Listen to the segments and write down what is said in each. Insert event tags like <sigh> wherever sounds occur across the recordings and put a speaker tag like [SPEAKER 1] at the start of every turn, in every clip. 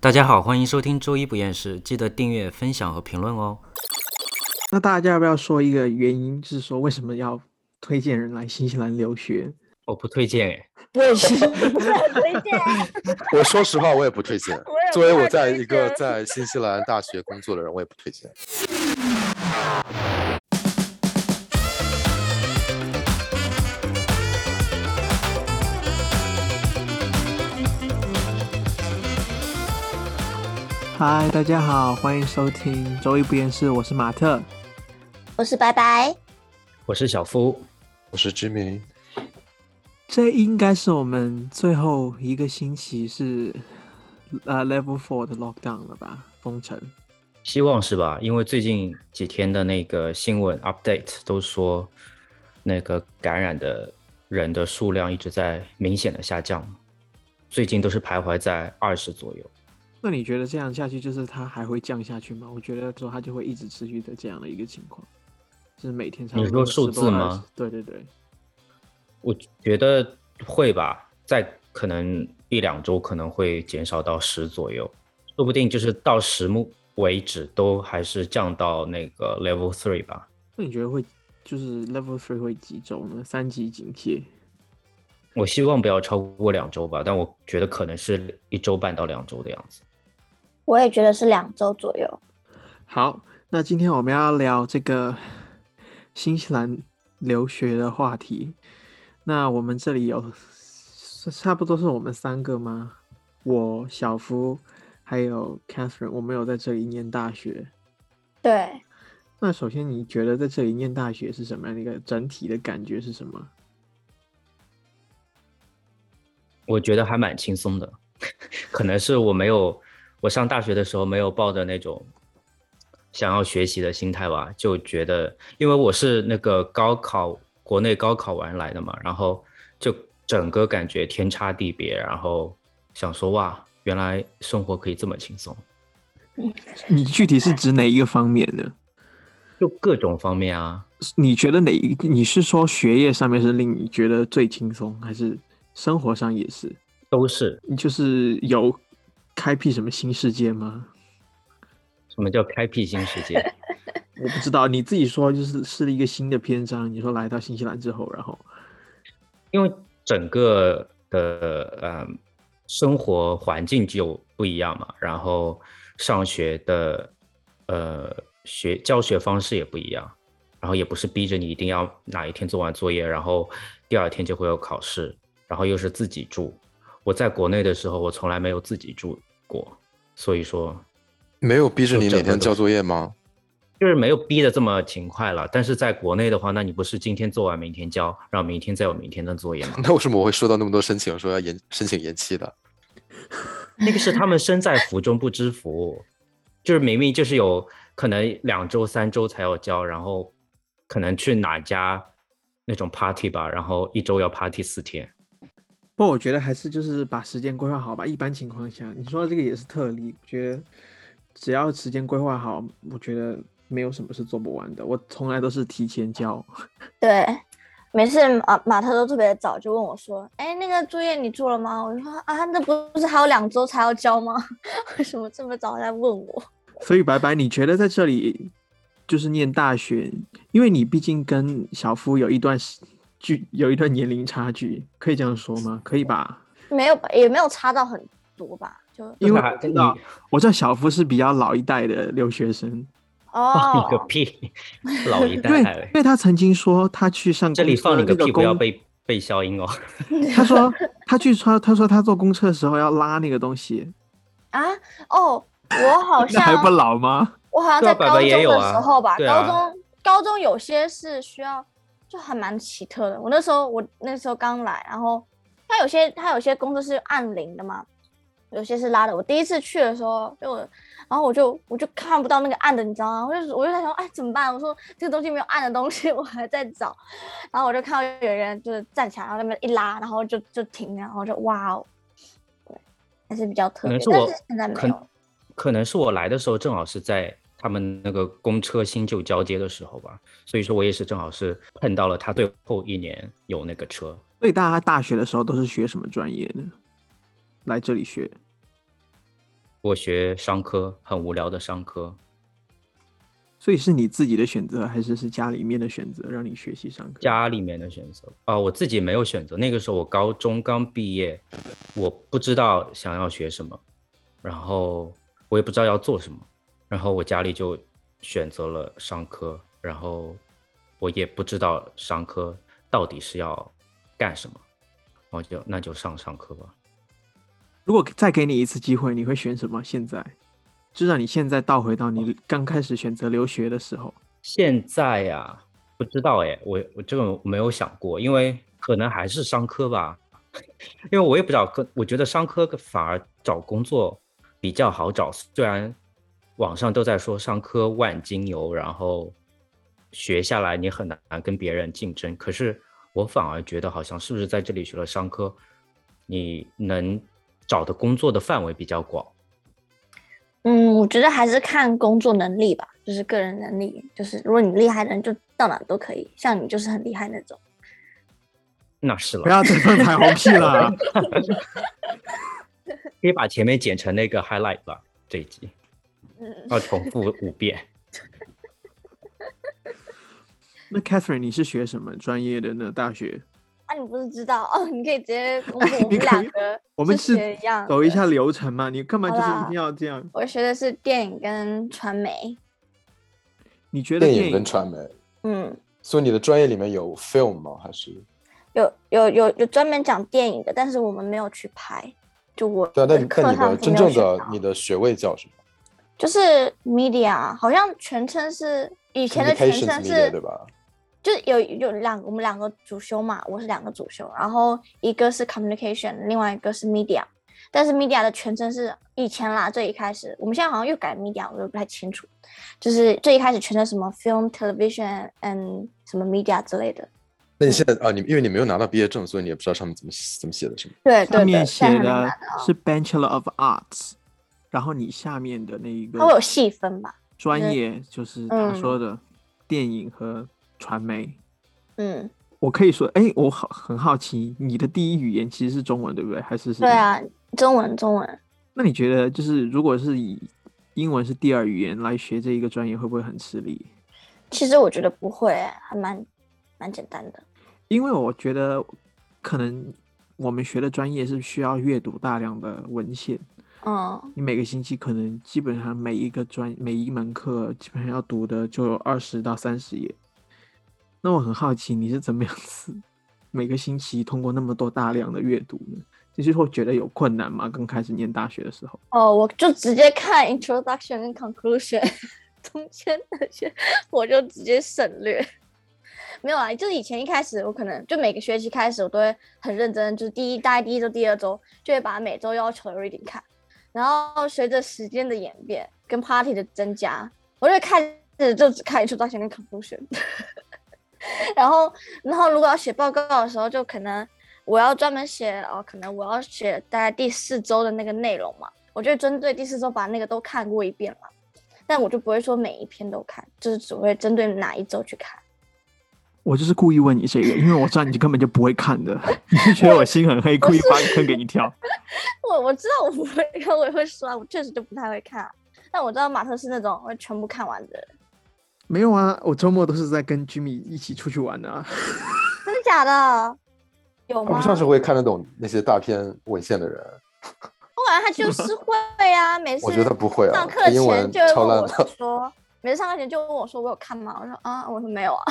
[SPEAKER 1] 大家好，欢迎收听周一不厌世，记得订阅、分享和评论哦。
[SPEAKER 2] 那大家要不要说一个原因，就是说为什么要推荐人来新西兰留学？
[SPEAKER 1] 我不推荐哎，
[SPEAKER 3] 我也是，不是很推荐。。
[SPEAKER 4] 我说实话，我也不推
[SPEAKER 3] <laughs>
[SPEAKER 4] 荐
[SPEAKER 3] 我也不
[SPEAKER 4] 作为
[SPEAKER 3] 太
[SPEAKER 4] 我在
[SPEAKER 3] 推
[SPEAKER 4] 一个
[SPEAKER 3] 荐
[SPEAKER 4] 在新西兰大学工作的人，我也不推荐。
[SPEAKER 2] 嗨，大家好，欢迎收听周一不厌世，我是马特。
[SPEAKER 3] 我是拜拜，
[SPEAKER 1] 我是小夫。
[SPEAKER 4] 我是 Jimmy，
[SPEAKER 2] 这应该是我们最后一个星期是呃 Level Four 的 Lockdown 了吧？封城。
[SPEAKER 1] 希望是吧？因为最近几天的那个新闻 update 都说，那个感染的人的数量一直在明显的下降，最近都是徘徊在二十左右。
[SPEAKER 2] 那你觉得这样下去，就是它还会降下去吗？我觉得说它就会一直持续的这样的一个情况，就是每天差不
[SPEAKER 1] 你
[SPEAKER 2] 多。
[SPEAKER 1] 说数字吗？
[SPEAKER 2] 对对对，
[SPEAKER 1] 我觉得会吧，在可能一两周可能会减少到十左右，说不定就是到十目为止都还是降到那个 level three 吧。
[SPEAKER 2] 那你觉得会就是 Level Three 会几周呢？三级警戒。
[SPEAKER 1] 我希望不要超过两周吧，但我觉得可能是一周半到两周的样子。
[SPEAKER 3] 我也觉得是两周左右。
[SPEAKER 2] 好，那今天我们要聊这个 <laughs> 新西兰留学的话题。那我们这里有是差不多是我们三个吗？我、小夫还有 Catherine，我们有在这里念大学。
[SPEAKER 3] 对，
[SPEAKER 2] 那首先，你觉得在这里念大学是什么样的一个整体的感觉是什么？
[SPEAKER 1] 我觉得还蛮轻松的， <laughs> 可能是我没有，我上大学的时候没有抱着那种想要学习的心态吧，就觉得，因为我是那个高考，国内高考完来的嘛，然后就整个感觉天差地别，然后想说哇，原来生活可以这么轻松，
[SPEAKER 2] 你具体是指哪一个方面呢？
[SPEAKER 1] 就各种方面啊，
[SPEAKER 2] 你觉得哪一？你是说学业上面是令你觉得最轻松，还是生活上也是？
[SPEAKER 1] 都是
[SPEAKER 2] 你就是有开辟什么新世界吗？
[SPEAKER 1] 什么叫开辟新世界？
[SPEAKER 2] 我不知道，你自己说就是是一个新的篇章。你说来到新西兰之后，然后
[SPEAKER 1] 因为整个的呃生活环境就不一样嘛，然后上学的呃学教学方式也不一样，然后也不是逼着你一定要哪一天做完作业，然后第二天就会有考试，然后又是自己住。我在国内的时候，我从来没有自己住过，所以说
[SPEAKER 4] 没有逼着你
[SPEAKER 1] 就整
[SPEAKER 4] 哪
[SPEAKER 1] 个
[SPEAKER 4] 天
[SPEAKER 1] 都
[SPEAKER 4] 交作业吗？
[SPEAKER 1] 就是没有逼得这么勤快了。但是在国内的话，那你不是今天做完明天交，然后明天再有明天的作业吗？
[SPEAKER 4] 那为什么我会收到那么多申请，说要延申请延期的？
[SPEAKER 1] 那个是他们身在福中不知福，就是明明就是有可能两周、三周才要交，然后可能去哪家那种 party 吧，然后一周要 party 四天。
[SPEAKER 2] 不过我觉得还是就是把时间规划好吧。一般情况下，你说的这个也是特例，我觉得只要时间规划好，我觉得没有什么是做不完的。我从来都是提前交，
[SPEAKER 3] 对，每次马马特都特别早就问我说：“哎，那个作业你做了吗？”我就说：“啊，那不是还有两周才要交吗？ <laughs> 为什么这么早在问我
[SPEAKER 2] 所以白白，你觉得在这里就是念大学，因为你毕竟跟小夫有一段时距，有一段年龄差距，可以这样说吗？可以吧？？”
[SPEAKER 3] 没有吧，也没有差到很多吧，就
[SPEAKER 2] 因为
[SPEAKER 1] 那
[SPEAKER 2] 我知道
[SPEAKER 1] 你，
[SPEAKER 2] 我知道小夫是比较老一代的留学生，
[SPEAKER 1] 放 <laughs>
[SPEAKER 2] <laughs>
[SPEAKER 1] 你个
[SPEAKER 3] 哦，
[SPEAKER 1] 屁，老一
[SPEAKER 2] 因为
[SPEAKER 1] 代 <laughs>
[SPEAKER 2] 因。为他曾经说他去上
[SPEAKER 1] 这里
[SPEAKER 2] 公车
[SPEAKER 1] 放你个
[SPEAKER 2] 那
[SPEAKER 1] 屁，不要
[SPEAKER 2] 公
[SPEAKER 1] 被被消音哦。
[SPEAKER 2] 他说他去说他说他坐公车的时候要拉那个东西，
[SPEAKER 3] 啊哦，我好
[SPEAKER 2] 那
[SPEAKER 3] 像
[SPEAKER 2] 还不老吗？
[SPEAKER 3] 我好像
[SPEAKER 1] 对啊
[SPEAKER 3] 在
[SPEAKER 1] 爸
[SPEAKER 3] 高
[SPEAKER 1] 爸
[SPEAKER 3] 中
[SPEAKER 1] 也有
[SPEAKER 3] 的
[SPEAKER 1] 啊
[SPEAKER 3] 时候吧，
[SPEAKER 1] 对
[SPEAKER 3] 高
[SPEAKER 1] 啊
[SPEAKER 3] 中高中有些是需要，就还蛮奇特的。我那时候我那时候刚来，然后它有些它有些工作是按铃的嘛，有些是拉的。我第一次去的时候，就我然后我就我就看不到那个按的，你知道吗？我就我就在想，哎，怎么办？我说这个东西没有按的东西， <laughs> 我还在找。然后我就看到有人就是站起来，然后那边一拉，然后就就停了，然后就哇哦，对，还是比较特
[SPEAKER 1] 可
[SPEAKER 3] 别
[SPEAKER 1] 能。是
[SPEAKER 3] 但
[SPEAKER 1] 我
[SPEAKER 3] 是现在没
[SPEAKER 1] 可
[SPEAKER 3] 有了。
[SPEAKER 1] 可能是我来的时候正好是在他们那个公车新旧交接的时候吧，所以说我也是正好是碰到了他最后一年有那个车。
[SPEAKER 2] 所以大家大学的时候都是学什么专业呢？来这里学
[SPEAKER 1] 我学商科，很无聊的商科。
[SPEAKER 2] 所以是你自己的选择，还是是家里面的选择让你学习上课？
[SPEAKER 1] 家里面的选择啊、我自己没有选择。那个时候我高中刚毕业，我不知道想要学什么，然后我也不知道要做什么，然后我家里就选择了商科，然后我也不知道商科到底是要干什么，我就那就上商科吧。
[SPEAKER 2] 如果再给你一次机会，你会选什么？现在就让你现在倒回到你刚开始选择留学的时候。
[SPEAKER 1] 现在呀、不知道哎，我我这个没有想过，因为可能还是商科吧， <laughs> 因为我也不知道，可我觉得商科反而找工作比较好找，虽然网上都在说商科万金油，然后学下来你很难跟别人竞争，可是我反而觉得好像是不是在这里学了商科，你能找的工作的范围比较广。
[SPEAKER 3] 嗯，我觉得还是看工作能力吧，就是个人能力，就是如果你厉害的人，就到哪都可以，像你就是很厉害那种。
[SPEAKER 1] 那是了
[SPEAKER 2] 不，要再放彩虹屁了，啊
[SPEAKER 1] 可以把前面剪成那个 highlight 吧，这一集
[SPEAKER 3] 嗯，
[SPEAKER 1] 要重复五遍。
[SPEAKER 2] 那 Catherine，你是学什么专业的呢？大学？
[SPEAKER 3] 啊，你不是知道哦？你可以直
[SPEAKER 2] <laughs>
[SPEAKER 3] 接公布我
[SPEAKER 2] 你
[SPEAKER 3] 们
[SPEAKER 2] 可以
[SPEAKER 3] 两个，
[SPEAKER 2] 我们是
[SPEAKER 3] 一样，
[SPEAKER 2] 走一。下流程嘛，你干嘛
[SPEAKER 3] 好
[SPEAKER 2] 就是一
[SPEAKER 3] 啦
[SPEAKER 2] 定要这样？
[SPEAKER 3] 我学的是电影跟传
[SPEAKER 2] 嗯
[SPEAKER 3] 媒，
[SPEAKER 2] 你觉得
[SPEAKER 4] 电
[SPEAKER 2] 电
[SPEAKER 4] 影
[SPEAKER 2] 影
[SPEAKER 4] 跟传媒，
[SPEAKER 3] 嗯，
[SPEAKER 4] 所以你的专业里面有 film 吗？还是
[SPEAKER 3] 有有有有专门讲电影的，但是我们没有去拍，就我
[SPEAKER 4] 对啊？
[SPEAKER 3] 的
[SPEAKER 4] 但
[SPEAKER 3] 呃课
[SPEAKER 4] 但你
[SPEAKER 3] 上
[SPEAKER 4] 的
[SPEAKER 3] 是
[SPEAKER 4] 真
[SPEAKER 3] 没有
[SPEAKER 4] 正
[SPEAKER 3] 学
[SPEAKER 4] 的
[SPEAKER 3] 到
[SPEAKER 4] 你的学位叫什么
[SPEAKER 3] 就是 media，好像全称是以前的全
[SPEAKER 4] ？Communications
[SPEAKER 3] 称
[SPEAKER 4] media
[SPEAKER 3] 是
[SPEAKER 4] 对吧？
[SPEAKER 3] 就是有有两我们两个主修嘛，我是两个主修，然后一个是 communication，另外一个是 media，但是 media 的全称是以前啦，最一开始，我们现在好像又改 media，我又不太清楚，就是最一开始全称什么 film television and 什么 media 之类的，
[SPEAKER 4] 那你现在啊，你因为你没有拿到毕业证，所以你也不知道上面怎么写怎么写的是吗？
[SPEAKER 3] 对对
[SPEAKER 2] 上
[SPEAKER 3] 对，
[SPEAKER 2] 面
[SPEAKER 3] 现在
[SPEAKER 2] 写
[SPEAKER 3] 还没
[SPEAKER 2] 的
[SPEAKER 3] 拿到
[SPEAKER 2] 是 Bachelor of Arts，然后你下面的那一个
[SPEAKER 3] 它会有细分吧？
[SPEAKER 2] 专
[SPEAKER 3] 对
[SPEAKER 2] 业就是他
[SPEAKER 3] 哦嗯
[SPEAKER 2] 说的电影和传媒。
[SPEAKER 3] 嗯，
[SPEAKER 2] 我可以说，哎，我好很好奇，你的第一语言其实是中文，对不对？还是是？
[SPEAKER 3] 对啊，中文中文，
[SPEAKER 2] 那你觉得，就是如果是以英文是第二语言来学这一个专业，会不会很吃力？
[SPEAKER 3] 其实我觉得不会，还蛮蛮简单的。
[SPEAKER 2] 因为我觉得，可能我们学的专业是需要阅读大量的文献，
[SPEAKER 3] 嗯，
[SPEAKER 2] 你每个星期可能基本上每一个专每一门课基本上要读的就有二十到三十页。那我很好奇你是怎么样子每个星期通过那么多大量的阅读呢？就是会觉得有困难吗？刚开始念大学的时候，
[SPEAKER 3] 哦，我就直接看 introduction 跟 conclusion，中 <laughs> 间那些我就直接省略。没有啊，就是以前一开始，我可能就每个学期开始，我都会很认真，就是第一大概第一周、第二周就会把每周要求的 reading 看，然后随着时间的演变跟 party 的增加，我就开始就只看 introduction 跟 conclusion，然后然后如果要写报告的时候，就可能我要专门写哦，可能我要写大概第四周的那个内容嘛，我就会针对第四周把那个都看过一遍了，但我就不会说每一篇都看，就是只会针对哪一周去看。
[SPEAKER 2] 我就是故意问你这个，因为我知道你根本就不会看的，你是觉得我心很黑，故意挖个坑给你跳。
[SPEAKER 3] 我我知道我不会看，我也会刷，我确实就不太会看、啊。但我知道马特是那种会全部看完的人，
[SPEAKER 2] <laughs> 没有啊，我周末都是在跟 Jimmy 一起出去玩的、啊。
[SPEAKER 3] 真的假的？有
[SPEAKER 4] 他
[SPEAKER 3] 吗
[SPEAKER 4] 不？像是会看得懂那些大片文献的人，
[SPEAKER 3] 不然他就是会啊，每次
[SPEAKER 4] 我觉得不会啊
[SPEAKER 3] 上，课
[SPEAKER 4] 英文
[SPEAKER 3] 前就会
[SPEAKER 4] 超
[SPEAKER 3] 问
[SPEAKER 4] 烂
[SPEAKER 3] 我
[SPEAKER 4] 的，
[SPEAKER 3] 说，每次上课前就问我说我有看吗？我说啊，我说没有啊。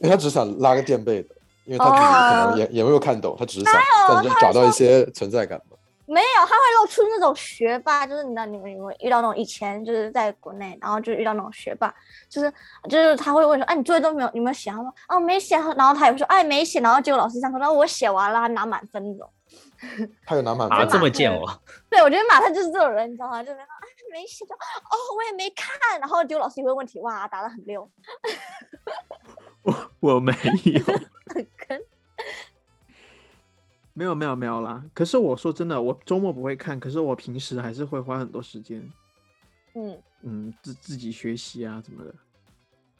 [SPEAKER 4] 因为他只想拉个垫背的，因为他自己可能也也没有看懂，他只是想在你这找到一些存在感嘛。
[SPEAKER 3] 没有，他会露出那种学霸，就是你知道你们有没有遇到那种以前就是在国内，然后就遇到那种学霸，就是就是他会问说，哎、你作业都没有，你有没有写？他说哦没写，然后他也会说哎没写，然后结果老师上课，然后我写完了，他拿满分那种。
[SPEAKER 4] 他有拿满
[SPEAKER 1] 啊，
[SPEAKER 3] 真
[SPEAKER 4] 分
[SPEAKER 3] 的
[SPEAKER 1] 这
[SPEAKER 4] 吗，
[SPEAKER 1] 么贱我！
[SPEAKER 3] 对，我觉得马特就是这种人，你知道吗？就是那种哎没写到，哦我也没看，然后结果老师一问问题，哇答的很溜，
[SPEAKER 2] 我 <laughs> 我没有，
[SPEAKER 3] 很坑。
[SPEAKER 2] 没有没有没有啦。可是我说真的，我周末不会看，可是我平时还是会花很多时间，
[SPEAKER 3] 嗯，
[SPEAKER 2] 嗯，自自己学习啊什么的。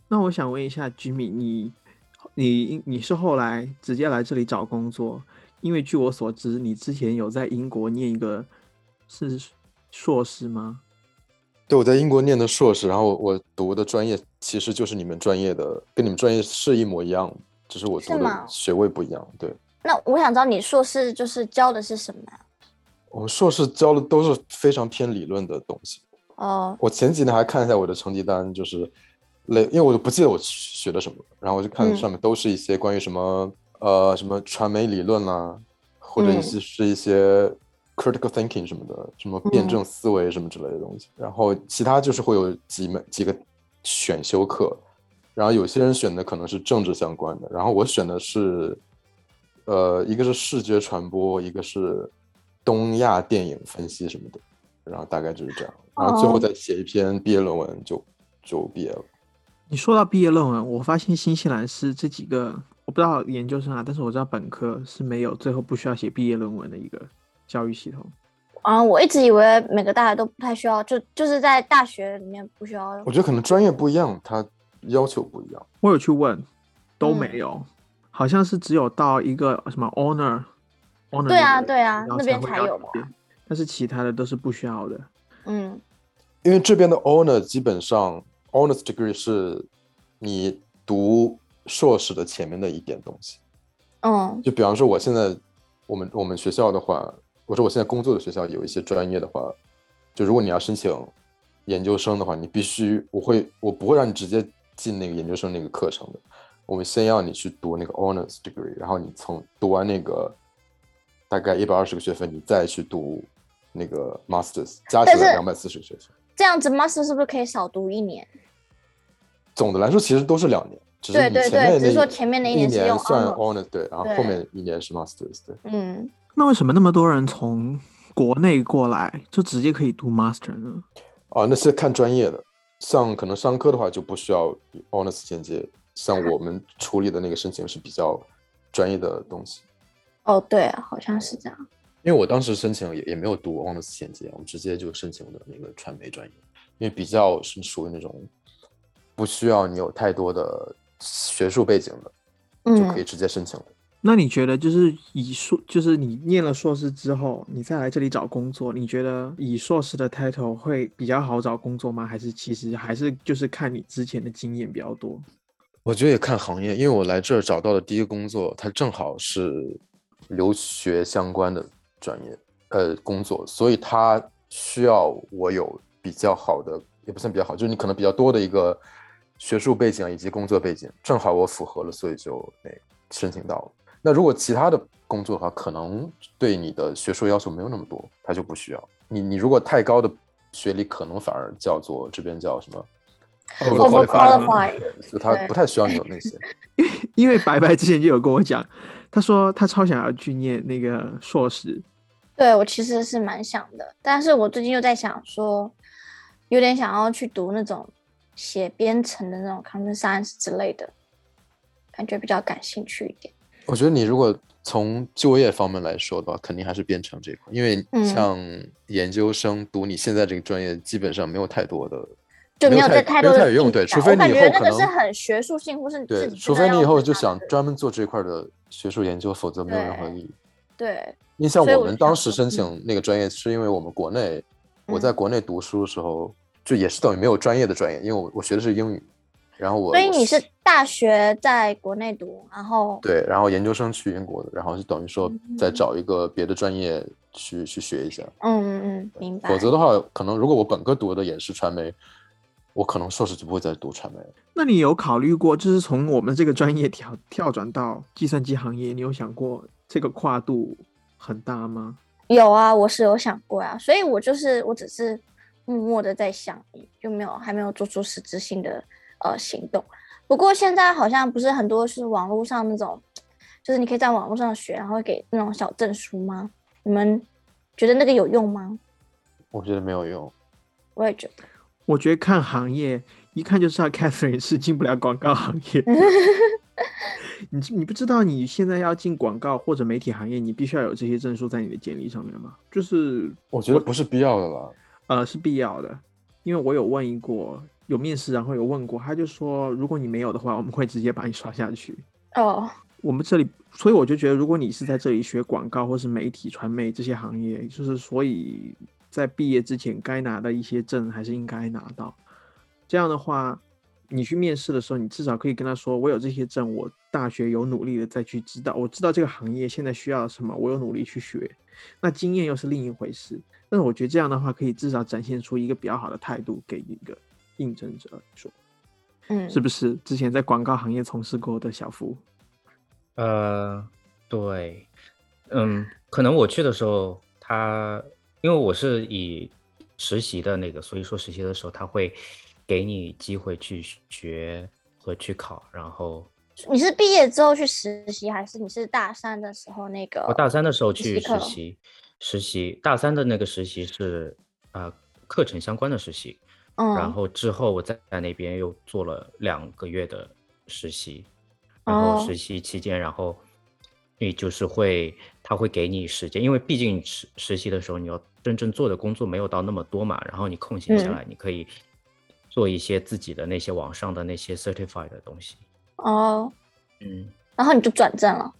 [SPEAKER 2] 那我想问一下 Jimmy，你你你是后来直接来这里找工作？因为据我所知，你之前有在英国念一个是硕士吗？
[SPEAKER 4] 对，我在英国念的硕士，然后我我读的专业其实就是你们专业的，跟你们专业是一模一样，只是我
[SPEAKER 3] 是
[SPEAKER 4] 读
[SPEAKER 3] 吗
[SPEAKER 4] 的学位不一样。对，
[SPEAKER 3] 那我想知道你硕士就是教的是什么啊、
[SPEAKER 4] 我们硕士教的都是非常偏理论的东西。
[SPEAKER 3] 哦，
[SPEAKER 4] 我前几天还看一下我的成绩单，就是类，因为我就不记得我学的什么，然后我就看
[SPEAKER 3] 嗯
[SPEAKER 4] 上面都是一些关于什么、呃什么传媒理论啦、或者一
[SPEAKER 3] 嗯
[SPEAKER 4] 些是一些 critical thinking 什么的，什么
[SPEAKER 3] 嗯
[SPEAKER 4] 辩证思维什么之类的东西。然后其他就是会有几门几个选修课，然后有些人选的可能是政治相关的，然后我选的是，呃，一个是视觉传播，一个是东亚电影分析什么的，然后大概就是这样，然后最后
[SPEAKER 3] 哦
[SPEAKER 4] 再写一篇毕业论文就就毕业了。
[SPEAKER 2] 你说到毕业论文，我发现新西兰是这几个，我不知道研究生啊，但是我知道本科是没有最后不需要写毕业论文的一个教育系统。
[SPEAKER 3] 啊，我一直以为每个大学都不太需要，就就是在大学里面不需要
[SPEAKER 4] 我觉得可能专业不一样，它要求不一样。
[SPEAKER 2] 我有去问，都
[SPEAKER 3] 嗯
[SPEAKER 2] 没有，好像是只有到一个什么 honor，honor
[SPEAKER 3] 对啊对啊
[SPEAKER 2] 然后
[SPEAKER 3] 那边
[SPEAKER 2] 会
[SPEAKER 3] 才
[SPEAKER 2] 要
[SPEAKER 3] 有
[SPEAKER 2] 这
[SPEAKER 3] 吧
[SPEAKER 2] 边，但是其他的都是不需要的。
[SPEAKER 3] 嗯
[SPEAKER 4] 因为这边的 honor 基本上 honors degree 是你读硕士的前面的一点东西。
[SPEAKER 3] 嗯
[SPEAKER 4] 就比方说我现在我们我们学校的话，我说我现在工作的学校有一些专业的话，就如果你要申请研究生的话，你必须我会我不会让你直接进那个研究生那个课程的，我们先要你去读那个 honors degree，然后你从读完那个大概一百二十个学分，你再去读那个 masters，加起
[SPEAKER 3] 但是
[SPEAKER 4] 来两百四十个学分。
[SPEAKER 3] 这样子 master 是不是可以少读一年？
[SPEAKER 4] 总的来说其实都是两年，只是
[SPEAKER 3] 对
[SPEAKER 4] 你
[SPEAKER 3] 对
[SPEAKER 4] 前
[SPEAKER 3] 对
[SPEAKER 4] 面
[SPEAKER 3] 只是
[SPEAKER 4] 那
[SPEAKER 3] 说前面那一
[SPEAKER 4] 一
[SPEAKER 3] 年是用
[SPEAKER 4] 算
[SPEAKER 3] honors
[SPEAKER 4] honors 对，然后
[SPEAKER 3] 对
[SPEAKER 4] 后面一年是 masters 对。
[SPEAKER 3] 嗯，
[SPEAKER 2] 那为什么那么多人从国内过来就直接可以读 master 呢？
[SPEAKER 4] 哦，那是看专业的，像可能商科的话就不需要 honors 衔接，像我们处理的那个申请是比较专业的东西。
[SPEAKER 3] 哦对，好像是这样。
[SPEAKER 4] 因为我当时申请也也没有读 honors 衔接，我直接就申请的那个传媒专业，因为比较是属于那种不需要你有太多的学术背景的，就可以
[SPEAKER 3] 嗯，
[SPEAKER 4] 直接申请了。
[SPEAKER 2] 那你觉得就是以硕，就是你念了硕士之后，你再来这里找工作，你觉得以硕士的 title 会比较好找工作吗？还是其实还是就是看你之前的经验比较多？
[SPEAKER 4] 我觉得也看行业，因为我来这儿找到的第一个工作，它正好是留学相关的专业，呃，工作，所以它需要我有比较好的，也不算比较好，就是你可能比较多的一个学术背景以及工作背景，正好我符合了，所以就那申请到了。那如果其他的工作的话，可能对你的学术要求没有那么多，它就不需要你。你如果太高的学历，可能反而叫做这边叫什么
[SPEAKER 2] Overqualified
[SPEAKER 3] Overqualified
[SPEAKER 4] 就它
[SPEAKER 3] 对
[SPEAKER 4] 不太需要你有那些。
[SPEAKER 2] 因为白白之前就有跟我讲， <laughs> 他说他超想要去念那个硕士，
[SPEAKER 3] 对我其实是蛮想的，但是我最近又在想说，有点想要去读那种写编程的那种 computer science 之类的，感觉比较感兴趣一点。
[SPEAKER 4] 我觉得你如果从就业方面来说的话，肯定还是编程这一块，因为
[SPEAKER 3] 嗯
[SPEAKER 4] 像研究生读你现在这个专业，基本上没有太多的，
[SPEAKER 3] 就
[SPEAKER 4] 没
[SPEAKER 3] 有
[SPEAKER 4] 太
[SPEAKER 3] 再太
[SPEAKER 4] 没
[SPEAKER 3] 多
[SPEAKER 4] 有
[SPEAKER 3] 的
[SPEAKER 4] 太有用，对，
[SPEAKER 3] 提
[SPEAKER 4] 除
[SPEAKER 3] 倡
[SPEAKER 4] 非
[SPEAKER 3] 我
[SPEAKER 4] 你
[SPEAKER 3] 感
[SPEAKER 4] 以
[SPEAKER 3] 觉
[SPEAKER 4] 后
[SPEAKER 3] 那
[SPEAKER 4] 可
[SPEAKER 3] 个是
[SPEAKER 4] 能
[SPEAKER 3] 很学术性，或是自
[SPEAKER 4] 对，
[SPEAKER 3] 己
[SPEAKER 4] 除
[SPEAKER 3] 真的
[SPEAKER 4] 非你
[SPEAKER 3] 要
[SPEAKER 4] 以后
[SPEAKER 3] 去
[SPEAKER 4] 就
[SPEAKER 3] 上
[SPEAKER 4] 想
[SPEAKER 3] 的
[SPEAKER 4] 专门做这块的学术研究，否则没有任何
[SPEAKER 3] 对
[SPEAKER 4] 意义。
[SPEAKER 3] 对，
[SPEAKER 4] 因为像
[SPEAKER 3] 所以
[SPEAKER 4] 我
[SPEAKER 3] 我
[SPEAKER 4] 们
[SPEAKER 3] 就
[SPEAKER 4] 当
[SPEAKER 3] 想
[SPEAKER 4] 时
[SPEAKER 3] 说
[SPEAKER 4] 申请那个专业，是因为我们国内，我
[SPEAKER 3] 嗯
[SPEAKER 4] 在国内读书的时候，就也是等于没有专业的专业，因为我我学的是英语，然后我
[SPEAKER 3] 所以
[SPEAKER 4] 我
[SPEAKER 3] 你是大学在国内读，然后
[SPEAKER 4] 对，然后研究生去英国的，然后就等于说再
[SPEAKER 3] 嗯
[SPEAKER 4] 找一个别的专业去去学一下。
[SPEAKER 3] 嗯嗯嗯，明白。
[SPEAKER 4] 否则的话，可能如果我本科读的也是传媒，我可能硕士就不会再读传媒了。
[SPEAKER 2] 那你有考虑过，就是从我们这个专业跳跳转到计算机行业，你有想过这个跨度很大吗？
[SPEAKER 3] 有啊，我是有想过啊，所以我就是我只是默默的在想，就没有还没有做出实质性的呃行动。不过现在好像不是很多是网络上那种，就是你可以在网络上学，然后会给那种小证书吗？你们觉得那个有用吗？
[SPEAKER 4] 我觉得没有用。
[SPEAKER 3] 我也觉得，
[SPEAKER 2] 我觉得看行业，一看就知道 Catherine 是进不了广告行业。 <laughs> 你知你不知道你现在要进广告或者媒体行业，你必须要有这些证书在你的简历上面吗？就是
[SPEAKER 4] 我觉得不是必要的了。
[SPEAKER 2] 呃是必要的，因为我有问一过，有面试然后有问过，他就说如果你没有的话，我们会直接把你刷下去。
[SPEAKER 3] 哦，
[SPEAKER 2] 我们这里，所以我就觉得，如果你是在这里学广告或是媒体、传媒这些行业，就是所以在毕业之前该拿的一些证还是应该拿到。这样的话，你去面试的时候，你至少可以跟他说，我有这些证，我大学有努力的再去知道，我知道这个行业现在需要什么，我有努力去学。那经验又是另一回事。但是我觉得这样的话，可以至少展现出一个比较好的态度给一个应征者来说，
[SPEAKER 3] 嗯，
[SPEAKER 2] 是不是？之前在广告行业从事过的小福，
[SPEAKER 1] <laughs> 呃，对，嗯，可能我去的时候，他因为我是以实习的那个，所以说实习的时候他会给你机会去学和去考。然后
[SPEAKER 3] 你是毕业之后去实习，还是你是大三的时候那个？
[SPEAKER 1] 我大三的时候
[SPEAKER 3] 实
[SPEAKER 1] 去
[SPEAKER 3] 习课
[SPEAKER 1] 实习，实习大三的那个实习是啊、呃课程相关的实习，
[SPEAKER 3] 嗯，
[SPEAKER 1] 然后之后我在那边又做了两个月的实习，然后
[SPEAKER 3] 哦
[SPEAKER 1] 实习期间，然后你就是会他会给你时间，因为毕竟实实习的时候你要真正做的工作没有到那么多嘛，然后你空闲下
[SPEAKER 3] 嗯
[SPEAKER 1] 来，你可以做一些自己的那些网上的那些 certified 的东西。
[SPEAKER 3] 哦，
[SPEAKER 1] 嗯，
[SPEAKER 3] 然后你就转正了。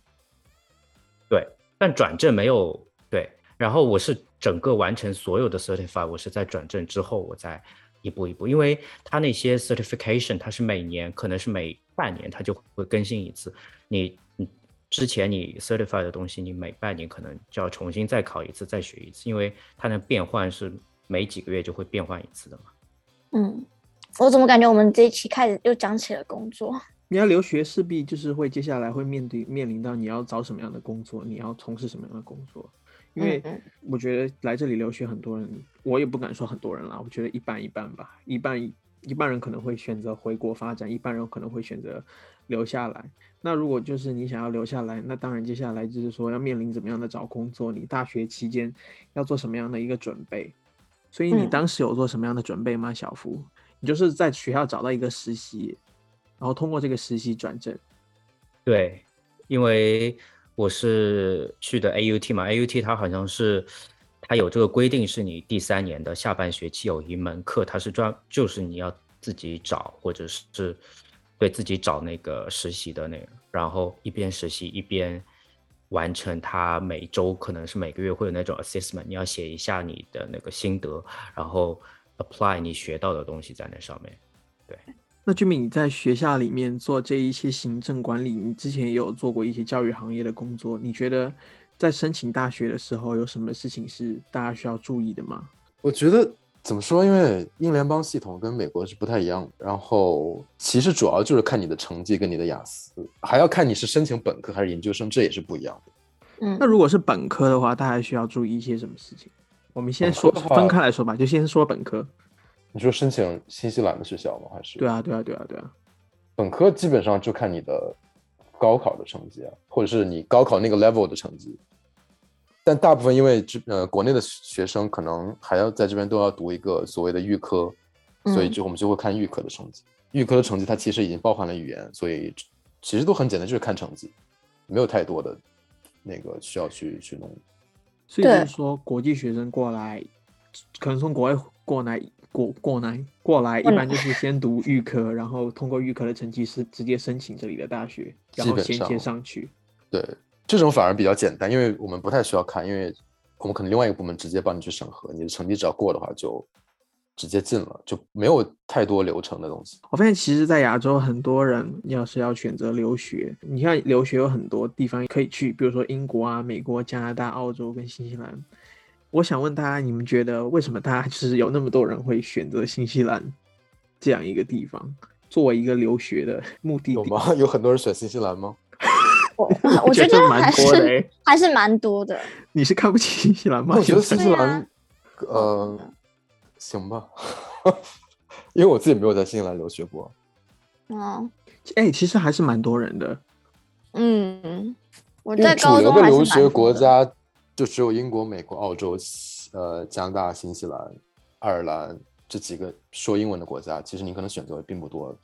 [SPEAKER 1] 对，但转正没有对，然后我是整个完成所有的 certify，我是在转正之后，我再一步一步，因为它那些 certification 它是每年可能是每半年它就会更新一次，你你之前你 certify 的东西，你每半年可能就要重新再考一次，再学一次，因为它的变换是每几个月就会变换一次的嘛。
[SPEAKER 3] 嗯，我怎么感觉我们这一期开始又讲起了工作？
[SPEAKER 2] 你要留学势必就是会接下来会面对面临到你要找什么样的工作，你要从事什么样的工作，因为
[SPEAKER 3] 嗯嗯
[SPEAKER 2] 我觉得来这里留学很多人，我也不敢说很多人啦，我觉得一半一半吧，一半一半人可能会选择回国发展，一半人可能会选择留下来。那如果就是你想要留下来，那当然接下来就是说要面临怎么样的找工作，你大学期间要做什么样的一个准备。所以你
[SPEAKER 3] 嗯
[SPEAKER 2] 当时有做什么样的准备吗，小福？你就是在学校找到一个实习，然后通过这个实习转正。
[SPEAKER 1] 对，因为我是去的 AUT 嘛，AUT 它好像是它有这个规定，是你第三年的下半学期有一门课，它是专就是你要自己找，或者是对自己找那个实习的那个，然后一边实习一边完成它每周可能是每个月会有那种 assessment，你要写一下你的那个心得，然后 apply 你学到的东西在那上面。
[SPEAKER 2] 那俊敏，你在学校里面做这一些行政管理，你之前也有做过一些教育行业的工作，你觉得在申请大学的时候有什么事情是大家需要注意的吗？
[SPEAKER 4] 我觉得怎么说？因为英联邦系统跟美国是不太一样的。然后其实主要就是看你的成绩跟你的雅思，还要看你是申请本科还是研究生，这也是不一样的。
[SPEAKER 3] 嗯
[SPEAKER 2] 那如果是本科的话，大家需要注意一些什么事情？我们先
[SPEAKER 4] 本科
[SPEAKER 2] 说
[SPEAKER 4] 的话
[SPEAKER 2] 分开来说吧，就先说本科。
[SPEAKER 4] 你说申请新西兰的学校吗？还是
[SPEAKER 2] 对啊，对啊，对啊，对啊。
[SPEAKER 4] 本科基本上就看你的高考的成绩啊，或者是你高考那个 level 的成绩。但大部分因为这呃国内的学生可能还要在这边都要读一个所谓的预科，所以
[SPEAKER 3] 嗯
[SPEAKER 4] 就我们就会看预科的成绩。预科的成绩它其实已经包含了语言，所以其实都很简单，就是看成绩，没有太多的那个需要去去弄。
[SPEAKER 2] 所以就
[SPEAKER 3] 对
[SPEAKER 2] 是说，国际学生过来，可能从国外过来，过过来过来，一
[SPEAKER 3] 过来
[SPEAKER 2] 般就是先读预科，然后通过预科的成绩是直接申请这里的大学，然
[SPEAKER 4] 基
[SPEAKER 2] 后
[SPEAKER 4] 本
[SPEAKER 2] 衔接
[SPEAKER 4] 上
[SPEAKER 2] 上去。
[SPEAKER 4] 对，这种反而比较简单，因为我们不太需要看，因为我们可能另外一个部门直接帮你去审核，你的成绩只要过的话就直接进了，就没有太多流程的东西。
[SPEAKER 2] 我发现，其实，在亚洲，很多人要是要选择留学，你看留学有很多地方可以去，比如说英国啊、美国、加拿大、澳洲跟新西兰。我想问大家，你们觉得为什么大家就是 <laughs> 有那么多人会选择新西兰这样一个地方作为一个留学的目的
[SPEAKER 4] 有
[SPEAKER 2] 地？
[SPEAKER 4] 吗？有 <laughs> 很多人选新西兰吗？
[SPEAKER 3] <laughs> 我
[SPEAKER 2] <laughs> 我
[SPEAKER 3] 我
[SPEAKER 2] 觉
[SPEAKER 3] 觉
[SPEAKER 2] 得
[SPEAKER 3] 得
[SPEAKER 2] 蛮
[SPEAKER 3] 还
[SPEAKER 2] 多的
[SPEAKER 3] 是
[SPEAKER 2] 诶
[SPEAKER 3] 还是蛮多的。
[SPEAKER 2] 你是看不起新西兰吗？
[SPEAKER 4] <laughs> 我觉得
[SPEAKER 2] 现
[SPEAKER 4] 新
[SPEAKER 2] 在
[SPEAKER 4] 西
[SPEAKER 3] 对啊
[SPEAKER 4] 兰，呃，行吧， <laughs> 因为我自己没有在新西兰留学过。
[SPEAKER 3] 嗯
[SPEAKER 2] 哎、其实还是蛮多人的。
[SPEAKER 3] 嗯，我
[SPEAKER 4] 因
[SPEAKER 3] 在
[SPEAKER 4] 为主
[SPEAKER 3] 高
[SPEAKER 4] 流
[SPEAKER 3] 中
[SPEAKER 4] 的
[SPEAKER 3] 还是
[SPEAKER 4] 留
[SPEAKER 3] 蛮
[SPEAKER 4] 学
[SPEAKER 3] 多
[SPEAKER 4] 国
[SPEAKER 3] 的。
[SPEAKER 4] 家就只有英国、美国、澳洲、西呃加拿大、新西兰、爱尔兰这几个说英文的国家，其实你可能选择并不多。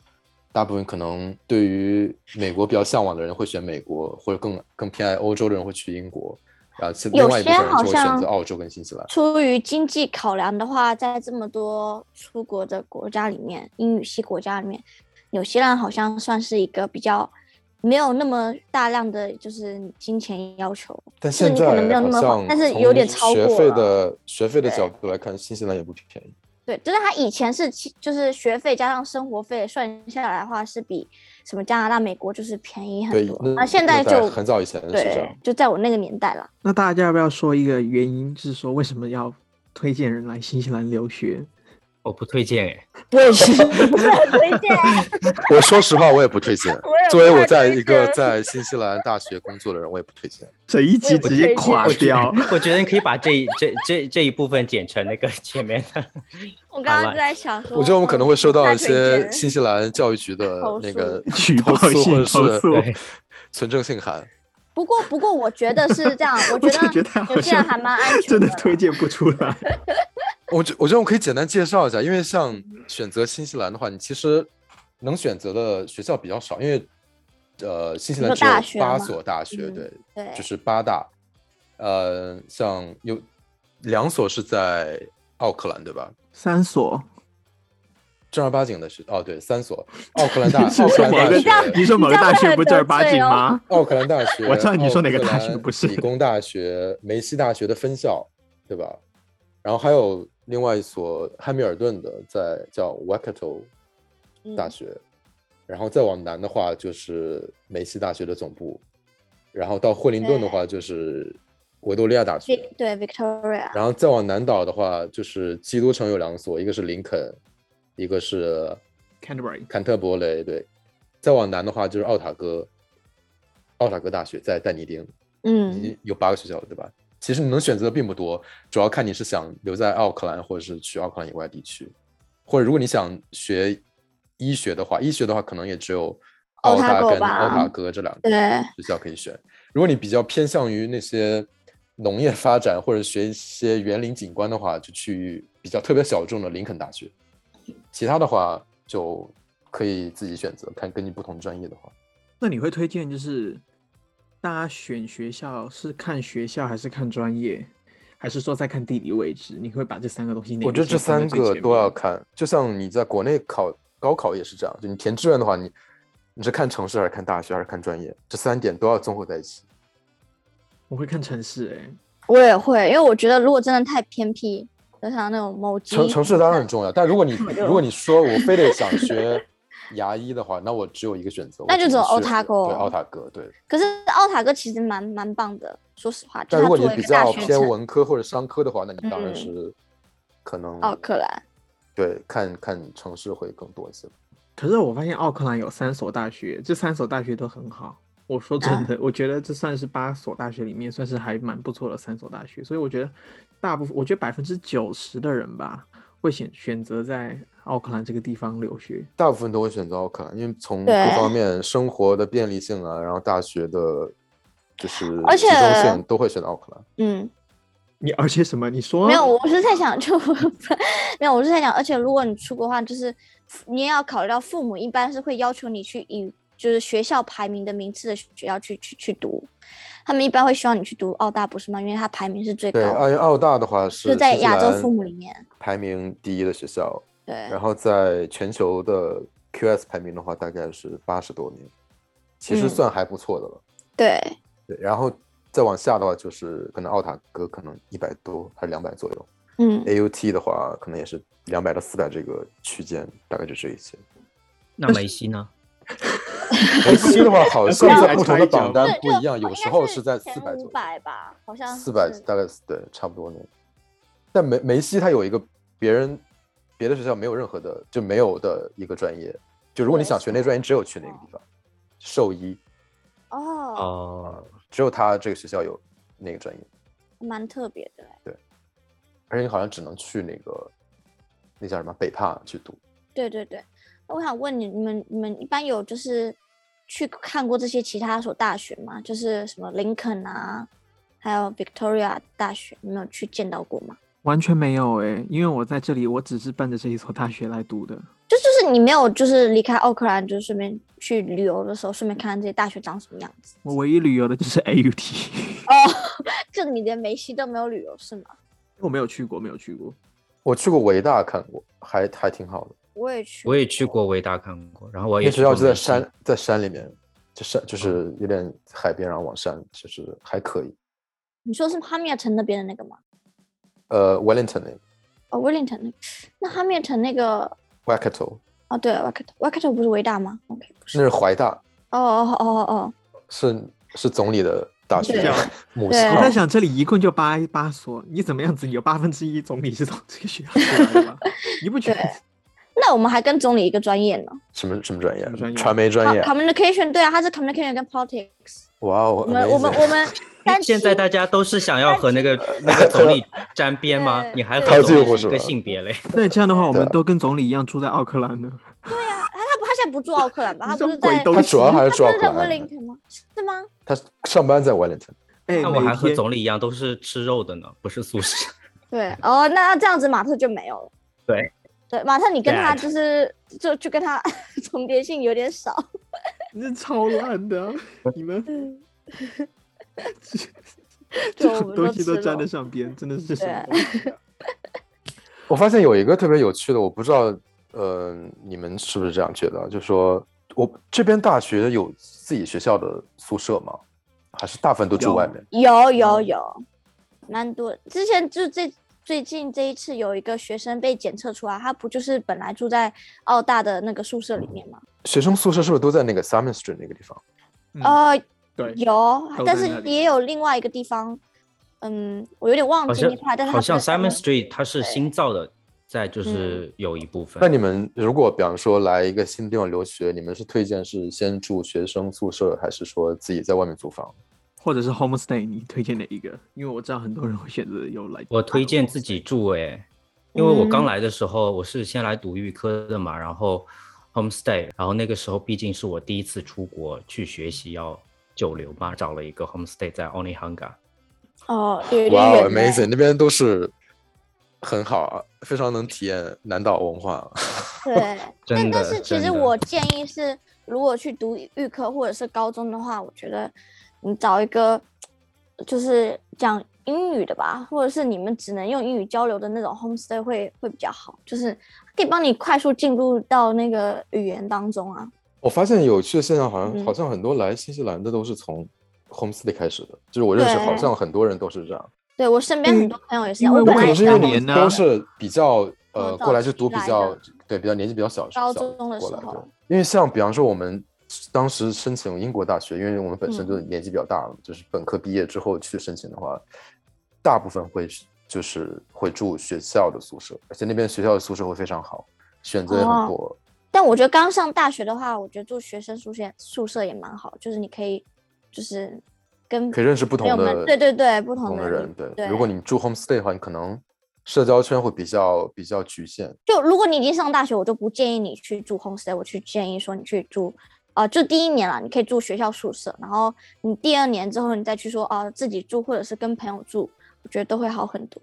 [SPEAKER 4] 大部分可能对于美国比较向往的人会选美国，或者更更偏爱欧洲的人会去英国，然后其另
[SPEAKER 3] 有
[SPEAKER 4] 外一部
[SPEAKER 3] 些
[SPEAKER 4] 分人
[SPEAKER 3] 好
[SPEAKER 4] 就会选
[SPEAKER 3] 像
[SPEAKER 4] 择澳洲跟新西兰。
[SPEAKER 3] 出于经济考量的话，在这么多出国的国家里面，英语系国家里面，纽西兰好像算是一个比较没有那么大量的就是金钱要求，
[SPEAKER 4] 但
[SPEAKER 3] 是
[SPEAKER 4] 现
[SPEAKER 3] 你
[SPEAKER 4] 在
[SPEAKER 3] 可能没有那么
[SPEAKER 4] 好
[SPEAKER 3] 划
[SPEAKER 4] 像
[SPEAKER 3] 但是
[SPEAKER 4] 从
[SPEAKER 3] 有点超
[SPEAKER 4] 学
[SPEAKER 3] 过
[SPEAKER 4] 费
[SPEAKER 3] 了
[SPEAKER 4] 的学费的
[SPEAKER 3] 对
[SPEAKER 4] 角度来看，新西兰也不便宜。
[SPEAKER 3] 对，就是他以前是其就是学费加上生活费算下来的话，是比什么加拿大、美国就是便宜很
[SPEAKER 4] 对
[SPEAKER 3] 多，。
[SPEAKER 4] 那
[SPEAKER 3] 啊，现
[SPEAKER 4] 那
[SPEAKER 3] 在就
[SPEAKER 4] 很早以前是这
[SPEAKER 3] 对
[SPEAKER 4] 样，，
[SPEAKER 3] 就在我那个年
[SPEAKER 2] <laughs>
[SPEAKER 3] 代了。
[SPEAKER 2] 那大家要不要说一个原因，就是说为什么要推荐人来新西兰留学？
[SPEAKER 1] 我不推荐哎。
[SPEAKER 3] 我也是，不是很推
[SPEAKER 4] <laughs>
[SPEAKER 3] 荐。
[SPEAKER 4] 我说实话，我也不推荐
[SPEAKER 3] 我 <laughs> 也。不
[SPEAKER 4] 作为我
[SPEAKER 3] 太
[SPEAKER 4] 在
[SPEAKER 3] 推
[SPEAKER 4] 一个
[SPEAKER 3] 荐
[SPEAKER 4] 在新西兰大学工作的人，我也不
[SPEAKER 3] <laughs>
[SPEAKER 4] 推荐。
[SPEAKER 2] 这一
[SPEAKER 3] 我
[SPEAKER 2] 集
[SPEAKER 3] 也不
[SPEAKER 2] 直接
[SPEAKER 3] 推荐
[SPEAKER 2] 垮
[SPEAKER 1] 我觉
[SPEAKER 2] 掉。
[SPEAKER 1] <laughs> 我觉得你可以把这一这这这一部分剪成那个 <laughs> 前面的。
[SPEAKER 3] 我刚刚
[SPEAKER 1] 好
[SPEAKER 3] 就
[SPEAKER 1] 吧
[SPEAKER 3] 在想说，
[SPEAKER 4] 我觉得我们可能会收到
[SPEAKER 3] 再
[SPEAKER 4] 一
[SPEAKER 3] 推
[SPEAKER 4] 些
[SPEAKER 3] 荐
[SPEAKER 4] 新西兰教育局的
[SPEAKER 3] 投 <laughs>
[SPEAKER 4] 那个
[SPEAKER 3] 诉
[SPEAKER 2] 举
[SPEAKER 4] 投
[SPEAKER 2] 报
[SPEAKER 4] 诉
[SPEAKER 2] 信
[SPEAKER 4] 或者
[SPEAKER 2] 投
[SPEAKER 4] 是
[SPEAKER 2] 诉
[SPEAKER 1] 对，
[SPEAKER 4] <laughs> 存证信函。
[SPEAKER 3] 不过，不过我觉得是这样，
[SPEAKER 2] <laughs>
[SPEAKER 3] 我
[SPEAKER 2] 我
[SPEAKER 3] 觉
[SPEAKER 2] 就觉得
[SPEAKER 3] 得
[SPEAKER 2] 好
[SPEAKER 3] 纽西
[SPEAKER 2] 像
[SPEAKER 3] 兰还
[SPEAKER 2] <laughs>
[SPEAKER 3] 蛮安全
[SPEAKER 2] 真的
[SPEAKER 3] 啦
[SPEAKER 2] 推荐不出来。
[SPEAKER 4] 我觉我觉得我可以简单介绍一下，因为像
[SPEAKER 3] 嗯
[SPEAKER 4] 选择新西兰的话，你其实能选择的学校比较少，因为呃，新西兰
[SPEAKER 3] 你
[SPEAKER 4] 只
[SPEAKER 3] 说大学
[SPEAKER 4] 有
[SPEAKER 3] 吗
[SPEAKER 4] 八所大学，
[SPEAKER 3] 嗯
[SPEAKER 4] 对，
[SPEAKER 3] 对，
[SPEAKER 4] 就是八大，呃，像有两所是在奥克兰，对吧？
[SPEAKER 2] <laughs> 三所，
[SPEAKER 4] 正儿八经的是哦，对，三所，奥克
[SPEAKER 2] <laughs>
[SPEAKER 4] 兰大，
[SPEAKER 2] 是
[SPEAKER 4] 奥克
[SPEAKER 2] 说
[SPEAKER 4] 兰
[SPEAKER 2] 某
[SPEAKER 4] 大
[SPEAKER 2] 个
[SPEAKER 4] 学，
[SPEAKER 2] 你说某个
[SPEAKER 3] 你这样
[SPEAKER 2] 大
[SPEAKER 3] 会
[SPEAKER 2] 学
[SPEAKER 3] 很
[SPEAKER 2] 不正儿
[SPEAKER 3] 得
[SPEAKER 2] 八
[SPEAKER 3] 罪
[SPEAKER 2] 经
[SPEAKER 3] 哦
[SPEAKER 2] 吗？
[SPEAKER 4] 奥克兰大学，
[SPEAKER 2] 我知道你说哪个
[SPEAKER 4] 奥克
[SPEAKER 2] 大学
[SPEAKER 4] 兰
[SPEAKER 2] 不是
[SPEAKER 4] 理工大学、梅西大学的分校，对吧？然后还有另外一所汉密尔顿的，在叫 Waikato 大
[SPEAKER 3] 嗯
[SPEAKER 4] 学，然后再往南的话就是梅西大学的总部，然后到惠灵顿的话就是维多利亚大学，
[SPEAKER 3] Vic- 对 Victoria，
[SPEAKER 4] 然后再往南岛的话就是基督城有两所，一个是林肯，一个是
[SPEAKER 2] Canterbury
[SPEAKER 4] 坎特伯雷，对。再往南的话就是奥塔哥，奥塔哥大学在但尼丁，
[SPEAKER 3] 嗯，
[SPEAKER 4] 你有八个学校，对吧？其实你能选择的并不多，主要看你是想留在奥克兰，或者是去奥克兰以外地区，或者如果你想学医学的话，医学的话可能也只有
[SPEAKER 3] 奥
[SPEAKER 4] 奥
[SPEAKER 3] 塔
[SPEAKER 4] 大
[SPEAKER 3] 哥
[SPEAKER 4] 跟
[SPEAKER 3] 吧
[SPEAKER 4] 奥塔哥这两个
[SPEAKER 3] 对
[SPEAKER 4] 学校可以选。如果你比较偏向于那些农业发展或者学一些园林景观的话，就去比较特别小众的林肯大学。其他的话就可以自己选择，看根据不同专业的话。
[SPEAKER 2] 那你会推荐就是大家选学校是看学校还是看专业，还是说在看地理位置？你会把这三个东西哪
[SPEAKER 4] 我觉得
[SPEAKER 2] 先
[SPEAKER 4] 这
[SPEAKER 2] 放在
[SPEAKER 4] 三
[SPEAKER 2] 最
[SPEAKER 4] 个
[SPEAKER 2] 前
[SPEAKER 4] 都要
[SPEAKER 2] 面
[SPEAKER 4] 看，就像你在国内考高考也是这样，就你填志愿的话，你你是看城市还是看大学还是看专业，这三点都要综合在一起。
[SPEAKER 2] 我会看城市、欸，
[SPEAKER 3] 我也会，因为我觉得如果真的太偏僻，就像那种某
[SPEAKER 4] 城
[SPEAKER 3] 机
[SPEAKER 4] 城市当然很重要，但如果你
[SPEAKER 3] 就
[SPEAKER 4] 如果你说我非
[SPEAKER 3] <laughs>
[SPEAKER 4] 得想学牙医的话，那我只有一个选择，我
[SPEAKER 3] 那就
[SPEAKER 4] 只
[SPEAKER 3] 走
[SPEAKER 4] 能
[SPEAKER 3] 奥
[SPEAKER 4] 去
[SPEAKER 3] 塔哥
[SPEAKER 4] 对奥塔哥对。
[SPEAKER 3] 可是奥塔哥其实蛮蛮棒的，说实话，就
[SPEAKER 4] 但
[SPEAKER 3] 是它
[SPEAKER 4] 如果
[SPEAKER 3] 作
[SPEAKER 4] 你
[SPEAKER 3] 为一
[SPEAKER 4] 比
[SPEAKER 3] 个大
[SPEAKER 4] 较
[SPEAKER 3] 学
[SPEAKER 4] 偏
[SPEAKER 3] 城，
[SPEAKER 4] 文科或者商科的话，那你当然
[SPEAKER 3] 嗯
[SPEAKER 4] 是可能
[SPEAKER 3] 奥克兰，
[SPEAKER 4] 对看看城市会更多一些。
[SPEAKER 2] 可是我发现奥克兰有三所大学，这三所大学都很好。我说
[SPEAKER 3] 啊
[SPEAKER 2] 真的，我觉得这算是八所大学里面算是还蛮不错的三所大学，所以我觉得大部分，我觉得百分之九十的人吧，会选选择在奥克兰这个地方留学。
[SPEAKER 4] 大部分都会选择奥克兰，因为从各
[SPEAKER 3] 对
[SPEAKER 4] 方面生活的便利性啊，然后大学的，就是
[SPEAKER 3] 而且
[SPEAKER 4] 集中性都会选择奥克兰。
[SPEAKER 3] 嗯，
[SPEAKER 2] 你而且什么？你说
[SPEAKER 3] 没有，
[SPEAKER 4] 哦
[SPEAKER 3] 我是在想，就没有，我是在想，而且如果你出国的话，就是你也要考虑到父母一般是会要求你去以就是学校排名的名次的学校去去去读，他们一般会希望你去读澳大，不是吗？因为它排名是最高
[SPEAKER 4] 对，
[SPEAKER 3] 的，
[SPEAKER 4] 澳澳大的话是
[SPEAKER 3] 哦就在
[SPEAKER 4] 新西
[SPEAKER 3] 亚洲
[SPEAKER 4] 兰
[SPEAKER 3] 父母里面
[SPEAKER 4] 排名第一的学校，
[SPEAKER 3] 对，
[SPEAKER 4] 然后在全球的 QS 排名的话，大概是八十多名，其实
[SPEAKER 3] 嗯
[SPEAKER 4] 算还不错的了。
[SPEAKER 3] 对，
[SPEAKER 4] 对，然后再往下的话，就是可能奥塔哥可能一百多还是两百左右
[SPEAKER 3] 嗯，
[SPEAKER 4] ，AUT 的话可能也是两百到四百这个区间，大概就这一些。
[SPEAKER 1] 那梅西呢？
[SPEAKER 4] 梅西的话，好像
[SPEAKER 2] 要
[SPEAKER 4] 在不同的
[SPEAKER 2] 插一脚
[SPEAKER 4] 榜单
[SPEAKER 3] 对
[SPEAKER 4] 不
[SPEAKER 3] 就
[SPEAKER 4] 一样，有
[SPEAKER 3] 应
[SPEAKER 4] 时
[SPEAKER 3] 该
[SPEAKER 4] 候
[SPEAKER 3] 是
[SPEAKER 4] 是在
[SPEAKER 3] 前
[SPEAKER 4] 四百左右，
[SPEAKER 3] 500吧好像
[SPEAKER 4] 四百
[SPEAKER 3] 是
[SPEAKER 4] 大概是对，差不多那。但梅梅西他有一个别人别的学校没有任何的就没有的一个专业，就如果你
[SPEAKER 3] 对
[SPEAKER 4] 想学那
[SPEAKER 3] 是
[SPEAKER 4] 专业，只有去那个地方，兽医，啊
[SPEAKER 3] 哦，
[SPEAKER 1] <laughs> 哦，
[SPEAKER 4] 只有他这个学校有那个专业，
[SPEAKER 3] 蛮特别的欸，
[SPEAKER 4] 而且你好像只能去那个那叫什么北帕去读。
[SPEAKER 3] 对对对。那我想问你，你们你们一般有就是去看过这些其他所大学吗？就是什么林肯啊，还有 Victoria 大学，你们有去见到过吗？
[SPEAKER 2] 完全没有哎、因为我在这里，我只是奔着这一所大学来读的。
[SPEAKER 3] 就就是你没有就是离开奥克兰，就是顺便去旅游的时候，顺便看看这些大学长什么样子。
[SPEAKER 2] 我唯一旅游的就是 AUT，
[SPEAKER 3] 哦， <laughs> 就你连梅西都没有旅游是吗？
[SPEAKER 2] <laughs> 我没有去过，没有去过。
[SPEAKER 4] 我去过维大看过，还还挺好的。
[SPEAKER 3] 我也去，
[SPEAKER 1] 我也去过维达看过，然后我
[SPEAKER 4] 那
[SPEAKER 1] 也
[SPEAKER 4] 学校
[SPEAKER 1] 去过
[SPEAKER 4] 就在
[SPEAKER 1] 梅西嗯
[SPEAKER 4] 山，在山里面，就山就是有点海边，然后往山，其实还可以。
[SPEAKER 3] 你说是汉密尔顿那边的那个吗？
[SPEAKER 4] 呃，Wellington 那个
[SPEAKER 3] 哦，Wellington 那个，那汉密尔顿那个
[SPEAKER 4] Waikato
[SPEAKER 3] 哦，对，Waikato，Waikato 不是维大吗？OK，不是。
[SPEAKER 4] 那是怀大，
[SPEAKER 3] 哦哦哦哦哦，
[SPEAKER 4] 是是总理的大学
[SPEAKER 3] <laughs>
[SPEAKER 2] 对
[SPEAKER 4] 母
[SPEAKER 3] 对
[SPEAKER 2] 我在
[SPEAKER 4] 校。
[SPEAKER 2] 想，这里一共就八八所，你怎么样子有八分之一总理是从这个学校出来的吗？你不觉得
[SPEAKER 3] 对？那我们还跟总理一个专业呢
[SPEAKER 4] 什么什么专业
[SPEAKER 2] 什么专？业
[SPEAKER 4] 传媒专业。
[SPEAKER 3] ，communication，对啊，他是 communication 跟 politics。
[SPEAKER 4] 哇哦
[SPEAKER 3] 我们我们
[SPEAKER 4] amazing
[SPEAKER 3] 我们三
[SPEAKER 1] 哎现在
[SPEAKER 3] 期
[SPEAKER 1] 大家都是想要和那个
[SPEAKER 3] <laughs>
[SPEAKER 1] 那
[SPEAKER 4] 呃
[SPEAKER 1] 个总理沾边吗？
[SPEAKER 3] 对
[SPEAKER 1] 你还
[SPEAKER 3] 对
[SPEAKER 1] 和
[SPEAKER 3] 他
[SPEAKER 4] 就
[SPEAKER 1] 总
[SPEAKER 4] 不
[SPEAKER 1] 理
[SPEAKER 4] 是
[SPEAKER 1] 是一个
[SPEAKER 4] 吧
[SPEAKER 1] 性别嘞？
[SPEAKER 2] 那这样的话，我
[SPEAKER 4] 对
[SPEAKER 2] 们
[SPEAKER 4] 啊
[SPEAKER 2] 都跟总理一样住在奥克兰呢。
[SPEAKER 3] 他他不他现在不住奥克兰吧？他不
[SPEAKER 2] 这
[SPEAKER 3] 是
[SPEAKER 2] 鬼
[SPEAKER 3] 在
[SPEAKER 2] 东
[SPEAKER 4] 他
[SPEAKER 2] 西
[SPEAKER 4] 主要还
[SPEAKER 3] 他
[SPEAKER 4] 是
[SPEAKER 3] 不
[SPEAKER 4] 主要
[SPEAKER 3] 是在
[SPEAKER 4] 可能，
[SPEAKER 3] Wellington 吗？是吗？
[SPEAKER 4] 他上班在 Wellington。
[SPEAKER 2] 哎，
[SPEAKER 1] 那我还
[SPEAKER 2] 每
[SPEAKER 1] 和
[SPEAKER 2] 天
[SPEAKER 1] 总理一样都是吃肉的呢，不是素食。
[SPEAKER 3] 对，哦，那这样子马特就没有了。
[SPEAKER 1] 对，
[SPEAKER 3] 对，马特你跟他
[SPEAKER 1] That
[SPEAKER 3] 就是就就跟他 <laughs> 重叠性有点少。 <laughs>
[SPEAKER 2] 这超烂的啊，你们 <laughs>
[SPEAKER 3] 对
[SPEAKER 2] 这
[SPEAKER 3] 嗯我
[SPEAKER 2] 种
[SPEAKER 3] 们
[SPEAKER 2] 东
[SPEAKER 3] 都
[SPEAKER 2] 西
[SPEAKER 3] 吃
[SPEAKER 2] 都沾
[SPEAKER 3] 肉
[SPEAKER 2] 得上边，真的是什
[SPEAKER 3] 对
[SPEAKER 2] 么
[SPEAKER 3] <laughs>
[SPEAKER 2] 东西啊？
[SPEAKER 4] 我发现有一个特别有趣的，我不知道，呃，你们是不是这样觉得？就说我这边大学有自己学校的宿舍吗？还是大部分都住
[SPEAKER 2] 有
[SPEAKER 4] 外面？
[SPEAKER 3] 有有
[SPEAKER 2] 嗯
[SPEAKER 3] 有，蛮多。之前就这最近这一次有一个学生被检测出来，他不就是本来住在澳大的那个宿舍里面吗？
[SPEAKER 4] 学生宿舍是不是都在那个 Summit Street 那个地方？
[SPEAKER 2] 嗯
[SPEAKER 3] 呃，
[SPEAKER 2] 对，
[SPEAKER 3] 有
[SPEAKER 2] 都，
[SPEAKER 3] 但
[SPEAKER 2] 在那
[SPEAKER 3] 是
[SPEAKER 2] 里
[SPEAKER 3] 也有另外一个地方，嗯，我有点忘
[SPEAKER 1] 好
[SPEAKER 3] 记
[SPEAKER 1] 像
[SPEAKER 3] 那块，但是
[SPEAKER 1] 好
[SPEAKER 3] 呃它
[SPEAKER 1] 像
[SPEAKER 3] 不在
[SPEAKER 1] Simon
[SPEAKER 3] Simon
[SPEAKER 1] Street 它是
[SPEAKER 3] 对嗯
[SPEAKER 1] 新造的，在就是有一部分。
[SPEAKER 4] 那你们如果比方说来一个新地方留学，你们是推荐是先住学生宿舍，还是说自己在外面租房？
[SPEAKER 2] 或者是 homestay，你推荐哪一个？因为我知道很多人会选择有来。
[SPEAKER 1] 我推
[SPEAKER 2] 啊
[SPEAKER 1] 荐自己住诶、因为我
[SPEAKER 2] 嗯
[SPEAKER 1] 刚来的时候我是先来读预科的嘛，然后 homestay，然后那个时候毕竟是我第一次出国去学习要久留嘛，找了一个 homestay 在 Onihanga，
[SPEAKER 3] 哦，有一
[SPEAKER 4] 哇
[SPEAKER 3] 点远呢。
[SPEAKER 4] ，amazing！那边都是很好，啊，非常能体验南岛文化。啊
[SPEAKER 3] 对，但
[SPEAKER 1] <laughs> 真
[SPEAKER 3] 但
[SPEAKER 1] 的
[SPEAKER 3] 是其
[SPEAKER 1] 真
[SPEAKER 3] 实
[SPEAKER 1] 的
[SPEAKER 3] 我建议是，如果去读预科或者是高中的话，我觉得你找一个就是讲英语的吧，或者是你们只能用英语交流的那种 homestay 会会比较好，就是可以帮你快速进入到那个语言当中啊。
[SPEAKER 4] <laughs> 我发现有趣的现象，好像
[SPEAKER 3] 嗯
[SPEAKER 4] 好像很多来新西兰的都是从 homestay 开始的，就是我认识好
[SPEAKER 3] 对
[SPEAKER 4] 像很多人都是这样。
[SPEAKER 3] 对我身边
[SPEAKER 2] 嗯
[SPEAKER 3] 很多朋友也是这
[SPEAKER 2] 因
[SPEAKER 3] 样，
[SPEAKER 2] 为
[SPEAKER 3] 我
[SPEAKER 4] 有
[SPEAKER 3] 本
[SPEAKER 2] 我
[SPEAKER 4] 可
[SPEAKER 3] 来
[SPEAKER 4] 能
[SPEAKER 3] 也
[SPEAKER 4] 是
[SPEAKER 3] 是
[SPEAKER 4] 因为
[SPEAKER 3] 要
[SPEAKER 2] 当
[SPEAKER 4] 你
[SPEAKER 2] 年
[SPEAKER 4] 们
[SPEAKER 2] 呢
[SPEAKER 4] 都是比较呃
[SPEAKER 3] 我
[SPEAKER 4] 过来就
[SPEAKER 3] 早期
[SPEAKER 4] 读
[SPEAKER 3] 嗯
[SPEAKER 4] 比
[SPEAKER 3] 来
[SPEAKER 4] 较
[SPEAKER 3] 的
[SPEAKER 4] 对比较年纪比较小，
[SPEAKER 3] 高
[SPEAKER 4] 小
[SPEAKER 3] 中的
[SPEAKER 4] 过
[SPEAKER 3] 时
[SPEAKER 4] 来
[SPEAKER 3] 候
[SPEAKER 4] 的。因为像比方说我们当时申请英国大学，因为我们本身
[SPEAKER 3] 嗯
[SPEAKER 4] 就年纪比较大了，就是本科毕业之后去申请的话，大部分会是就是会住学校的宿舍，而且那边学校的宿舍会非常好，选择也很
[SPEAKER 3] 哦
[SPEAKER 4] 多。
[SPEAKER 3] 但我觉得刚上大学的话，我觉得住学生宿舍宿舍也蛮好，就是你可以就是跟
[SPEAKER 4] 可以认识不同
[SPEAKER 3] 朋友们
[SPEAKER 4] 的，
[SPEAKER 3] 对对对，不
[SPEAKER 4] 不
[SPEAKER 3] 同
[SPEAKER 4] 同
[SPEAKER 3] 的
[SPEAKER 4] 的人。对，
[SPEAKER 3] 对
[SPEAKER 4] 如果你住 homestay 的话，你可能社交圈会比较比较局限。
[SPEAKER 3] 就如果你已经上大学，我就不建议你去住 homestay，我去建议说你去住，呃，就第一年啦，你可以住学校宿舍，然后你第二年之后你再去说，哦、自己住或者是跟朋友住，我觉得都会好很多。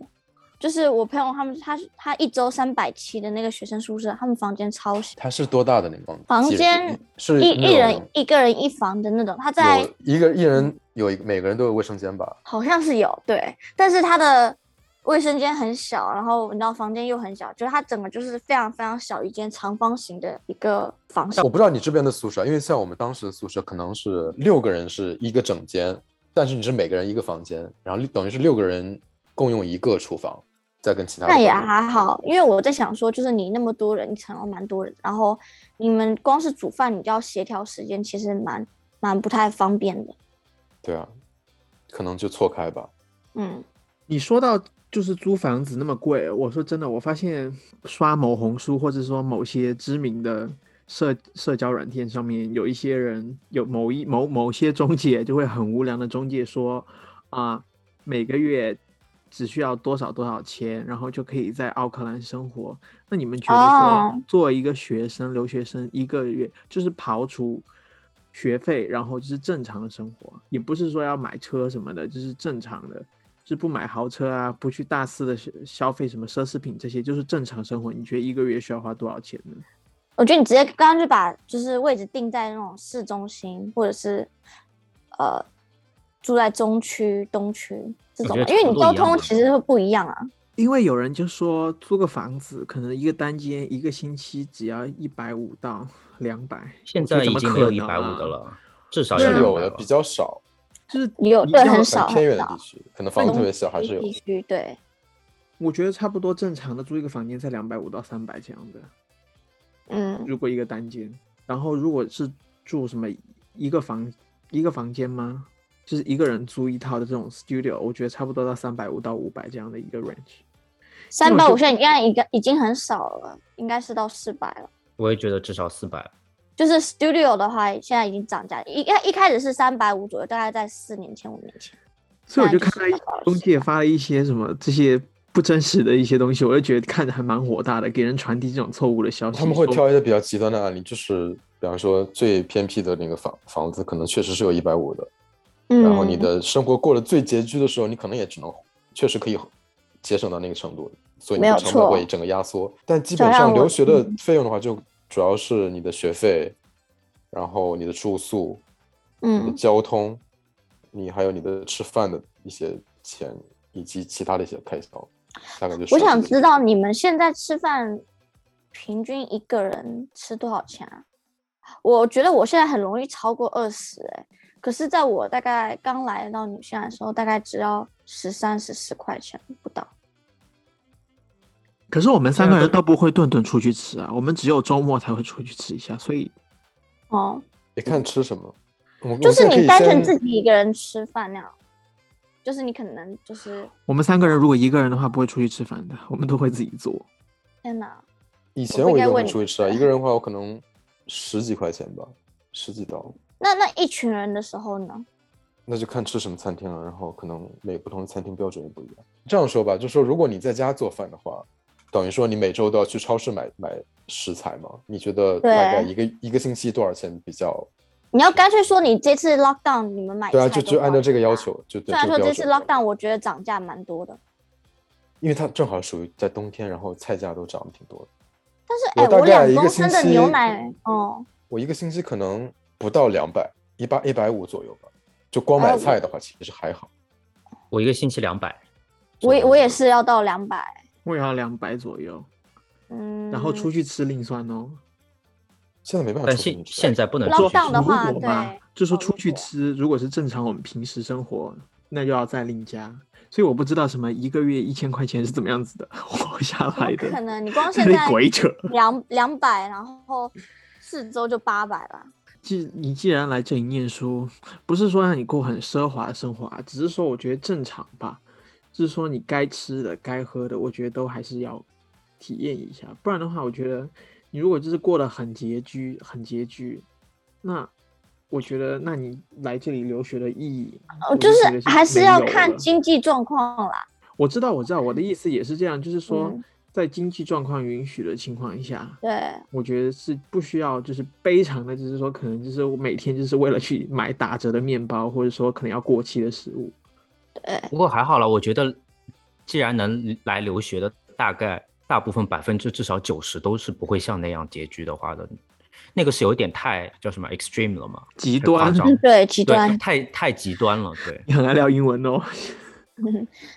[SPEAKER 3] 就是我朋友他们，他他一周三百七的那个学生宿舍，他们房间超小，
[SPEAKER 4] 它是多大的那个
[SPEAKER 3] 房
[SPEAKER 4] 几人
[SPEAKER 3] 间
[SPEAKER 4] 是
[SPEAKER 3] 一
[SPEAKER 4] 那
[SPEAKER 3] 一人
[SPEAKER 4] 种
[SPEAKER 3] 一个人一房的那种。他在
[SPEAKER 4] 有一个一人有一个每个人都有卫生间吧？
[SPEAKER 3] 好像是有对，但是他的卫生间很小，然后你知道房间又很小，就是它整个就是非常非常小一间长方形的一个房
[SPEAKER 4] 我不知道你这边的宿舍，因为像我们当时的宿舍可能是六个人是一个整间，但是你是每个人一个房间，然后等于是六个人共用一个厨房，再跟其他的
[SPEAKER 3] 那也
[SPEAKER 4] 房间
[SPEAKER 3] 还好，因为我在想说，就是你那么多人，你想要蛮多人，然后你们光是煮饭，你就要协调时间，其实蛮蛮不太方便的。
[SPEAKER 4] 对啊，可能就错开吧。
[SPEAKER 3] 嗯，
[SPEAKER 2] 你说到就是租房子那么贵，我说真的，我发现刷某红书或者说某些知名的社社交软件上面，有一些人有某一某某些中介就会很无良的中介说啊、每个月只需要多少多少钱，然后就可以在奥克兰生活。那你们觉得说
[SPEAKER 3] 哦
[SPEAKER 2] 作为一个学生留学生，一个月就是刨除学费，然后就是正常的生活，也不是说要买车什么的，就是正常的。就是不买豪车啊，不去大肆的消消费什么奢侈品，这些就是正常生活。你觉得一个月需要花多少钱呢？
[SPEAKER 3] 我觉得你直接刚刚就把就是位置定在那种市中心，或者是呃住在中区、东区这
[SPEAKER 1] 我
[SPEAKER 3] 种
[SPEAKER 1] 觉
[SPEAKER 3] 吧，
[SPEAKER 1] 得
[SPEAKER 3] 因为
[SPEAKER 1] 程
[SPEAKER 3] 你
[SPEAKER 1] 度
[SPEAKER 3] 交
[SPEAKER 1] 一样
[SPEAKER 3] 通
[SPEAKER 1] 吧
[SPEAKER 3] 其实会不一样啊。
[SPEAKER 2] 因为有人就说租个房子，可能一个单间一个星期只要一百五到两百，
[SPEAKER 1] 现
[SPEAKER 2] 我觉
[SPEAKER 1] 在
[SPEAKER 2] 得怎
[SPEAKER 1] 已
[SPEAKER 2] 么
[SPEAKER 1] 经
[SPEAKER 2] 可
[SPEAKER 1] 没有一
[SPEAKER 2] 能
[SPEAKER 1] 百五
[SPEAKER 2] 啊
[SPEAKER 1] 的了，至少
[SPEAKER 3] 对
[SPEAKER 1] 要
[SPEAKER 3] 啊
[SPEAKER 4] 是有
[SPEAKER 1] 200
[SPEAKER 4] 的，
[SPEAKER 1] 吧
[SPEAKER 4] 比较少，
[SPEAKER 2] 就是
[SPEAKER 3] 有
[SPEAKER 2] 比
[SPEAKER 3] 对
[SPEAKER 2] 较
[SPEAKER 3] 很
[SPEAKER 2] 很
[SPEAKER 3] 少
[SPEAKER 4] 偏
[SPEAKER 3] 很
[SPEAKER 4] 远的地
[SPEAKER 3] 少，嗯
[SPEAKER 4] 区，可能房子
[SPEAKER 2] 那
[SPEAKER 4] 特别小，还是有
[SPEAKER 3] 必
[SPEAKER 4] 的。
[SPEAKER 3] 须对。
[SPEAKER 2] 我觉得差不多正常的租一个房间在两百五到三百这样的，
[SPEAKER 3] 嗯，
[SPEAKER 2] 如果一个单间，然后如果是住什么一个房一个房间吗？就是一个人租一套的这种 studio，我觉得差不多到三百五到五百这样的一个 range。
[SPEAKER 3] 三
[SPEAKER 2] 我
[SPEAKER 3] 百
[SPEAKER 2] 就
[SPEAKER 3] 五现在应该应该已经很少了，应该是到四百了。
[SPEAKER 1] 我也觉得至少四百。
[SPEAKER 3] 就是 studio 的话，现在已经涨价，一一开始是三百五左右，大概在四年前、五年前。
[SPEAKER 2] 所以我
[SPEAKER 3] 那
[SPEAKER 2] 就
[SPEAKER 3] 就
[SPEAKER 2] 看
[SPEAKER 3] 是
[SPEAKER 2] 到
[SPEAKER 3] 400
[SPEAKER 2] 中介发了一些什么这些不真实的一些东西，我就觉得看着还蛮火大的，给人传递这种错误的消息。
[SPEAKER 4] 他们会
[SPEAKER 2] 说
[SPEAKER 4] 挑一些比较极端的案例，就是比方说最偏僻的那个房房子，可能确实是有一百五的，
[SPEAKER 3] 嗯，
[SPEAKER 4] 然后你的生活过得最拮据的时候，你可能也只能确实可以节省到那个程度，所以你
[SPEAKER 3] 没有
[SPEAKER 4] 的成本会
[SPEAKER 3] 错
[SPEAKER 4] 整个压缩。但基
[SPEAKER 3] 就
[SPEAKER 4] 本
[SPEAKER 3] 让
[SPEAKER 4] 上
[SPEAKER 3] 我
[SPEAKER 4] 留学的
[SPEAKER 3] 嗯
[SPEAKER 4] 费用的话，就主要是你的学费，然后你的住宿、你的
[SPEAKER 3] 嗯，
[SPEAKER 4] 交通，你还有你的吃饭的一些钱，以及其他的一些开销。大概就是
[SPEAKER 3] 我想知道你们现在吃饭平均一个人吃多少钱啊？我觉得我现在很容易超过二十，哎，可是在我大概刚来到纽西兰的时候，大概只要十三、十四块钱不到。
[SPEAKER 2] 可是我们三
[SPEAKER 1] 对啊
[SPEAKER 2] 个人
[SPEAKER 1] 对
[SPEAKER 2] 都不会顿顿出去吃啊，我们只有周末才会出去吃一下，所以
[SPEAKER 3] 哦，
[SPEAKER 4] 你看吃什么。我们
[SPEAKER 3] 就
[SPEAKER 4] 我们
[SPEAKER 3] 是
[SPEAKER 4] 现在可
[SPEAKER 3] 你
[SPEAKER 4] 以
[SPEAKER 3] 单纯
[SPEAKER 4] 先
[SPEAKER 3] 自己一个人吃饭那样，就是你可能就是
[SPEAKER 2] 我们三个人如果一个人的话不会出去吃饭的，我们都会自己做。
[SPEAKER 3] 天哪，
[SPEAKER 4] 以
[SPEAKER 3] 不
[SPEAKER 4] 前
[SPEAKER 3] 应
[SPEAKER 4] 我
[SPEAKER 3] 该
[SPEAKER 4] 一个人
[SPEAKER 3] 问
[SPEAKER 4] 会
[SPEAKER 3] 你
[SPEAKER 4] 出去吃啊，一个人的话我可能十几块钱吧，十几刀，
[SPEAKER 3] 那那一群人的时候呢？
[SPEAKER 4] 那就看吃什么餐厅了，然后可能每不同的餐厅标准也不一样。这样说吧，就说如果你在家做饭的话，等于说你每周都要去超市买买食材嘛？你觉得大
[SPEAKER 3] 对
[SPEAKER 4] 概一个一个星期多少钱比较？
[SPEAKER 3] 你要干脆说你这次 lockdown 你们买
[SPEAKER 4] 对啊，
[SPEAKER 3] 菜
[SPEAKER 4] 就
[SPEAKER 3] 都
[SPEAKER 4] 就按照
[SPEAKER 3] 涨
[SPEAKER 4] 这个要
[SPEAKER 3] 价。
[SPEAKER 4] 求，就
[SPEAKER 3] 虽
[SPEAKER 4] 对
[SPEAKER 3] 然
[SPEAKER 4] 这
[SPEAKER 3] 说
[SPEAKER 4] 个标
[SPEAKER 3] 这次
[SPEAKER 4] 准。
[SPEAKER 3] lockdown 我觉得涨价蛮多的，
[SPEAKER 4] 因为它正好属于在冬天，然后菜价都涨得挺多的。
[SPEAKER 3] 但是
[SPEAKER 4] 我
[SPEAKER 3] 哎，
[SPEAKER 4] 大
[SPEAKER 3] 我
[SPEAKER 4] 概
[SPEAKER 3] 两
[SPEAKER 4] 一个
[SPEAKER 3] 公
[SPEAKER 4] 星
[SPEAKER 3] 升的
[SPEAKER 4] 期嗯
[SPEAKER 3] 牛奶，哦，
[SPEAKER 4] 我一个星期可能不到两百，一百一百五左右吧。就光
[SPEAKER 3] 哎
[SPEAKER 4] 买
[SPEAKER 3] 我
[SPEAKER 4] 菜的话，其实还好。
[SPEAKER 1] 我一个星期两百，
[SPEAKER 3] 我也我也
[SPEAKER 4] 是。
[SPEAKER 3] 是要到两百，
[SPEAKER 2] 我也要两百左右，
[SPEAKER 3] 嗯，
[SPEAKER 2] 然后出去吃另算哦。
[SPEAKER 4] 现在没办法
[SPEAKER 1] 但
[SPEAKER 4] 出去
[SPEAKER 1] 现
[SPEAKER 4] 吃
[SPEAKER 1] 现在不能
[SPEAKER 3] 老
[SPEAKER 1] 出去
[SPEAKER 3] 账
[SPEAKER 1] 吃
[SPEAKER 3] 的
[SPEAKER 2] 如
[SPEAKER 3] 话
[SPEAKER 2] 果吧
[SPEAKER 3] 对，
[SPEAKER 2] 就说
[SPEAKER 3] 哦
[SPEAKER 2] 出
[SPEAKER 3] 如
[SPEAKER 2] 去
[SPEAKER 3] 果
[SPEAKER 2] 吃，如果是正常我们平时生活，那又要再另加。所以我不知道什么一个月一千块钱是怎么样子的活下
[SPEAKER 3] 怎
[SPEAKER 2] 来
[SPEAKER 3] 么可
[SPEAKER 2] 的，
[SPEAKER 3] 能？
[SPEAKER 2] <laughs>
[SPEAKER 3] 你光
[SPEAKER 2] 这
[SPEAKER 3] 现
[SPEAKER 2] 是
[SPEAKER 3] 在
[SPEAKER 2] 鬼扯。
[SPEAKER 3] 两两百，然后四周就八百了，
[SPEAKER 2] 既你既然来这里念书，不是说让你过很奢华的生活啊，只是说我觉得正常吧，就是说你该吃的、该喝的，我觉得都还是要体验一下，不然的话，我觉得你如果就是过得很拮据、很拮据，那我觉得那你来这里留学的意义，
[SPEAKER 3] 哦，
[SPEAKER 2] 我
[SPEAKER 3] 就
[SPEAKER 2] 觉得
[SPEAKER 3] 是还是
[SPEAKER 2] 没
[SPEAKER 3] 要
[SPEAKER 2] 有
[SPEAKER 3] 看
[SPEAKER 2] 了
[SPEAKER 3] 经济状况啦。
[SPEAKER 2] 我知道，我知道，我的意思也是这样，就是说
[SPEAKER 3] 嗯
[SPEAKER 2] 在经济状况允许的情况下，
[SPEAKER 3] 对，
[SPEAKER 2] 我觉得是不需要，就是非常的，就是说可能就是我每天就是为了去买打折的面包，或者说可能要过期的食物。
[SPEAKER 1] 不过还好了，我觉得既然能来留学的，大概大部分百分之至少九十都是不会像那样拮据的话的，那个是有点太叫什么 extreme 了嘛，
[SPEAKER 2] 极
[SPEAKER 1] 太夸
[SPEAKER 2] 端
[SPEAKER 1] 张
[SPEAKER 3] 嗯，对，极
[SPEAKER 1] 对，
[SPEAKER 3] 端，
[SPEAKER 1] 太太极端了，对，
[SPEAKER 2] 你很爱聊英文哦？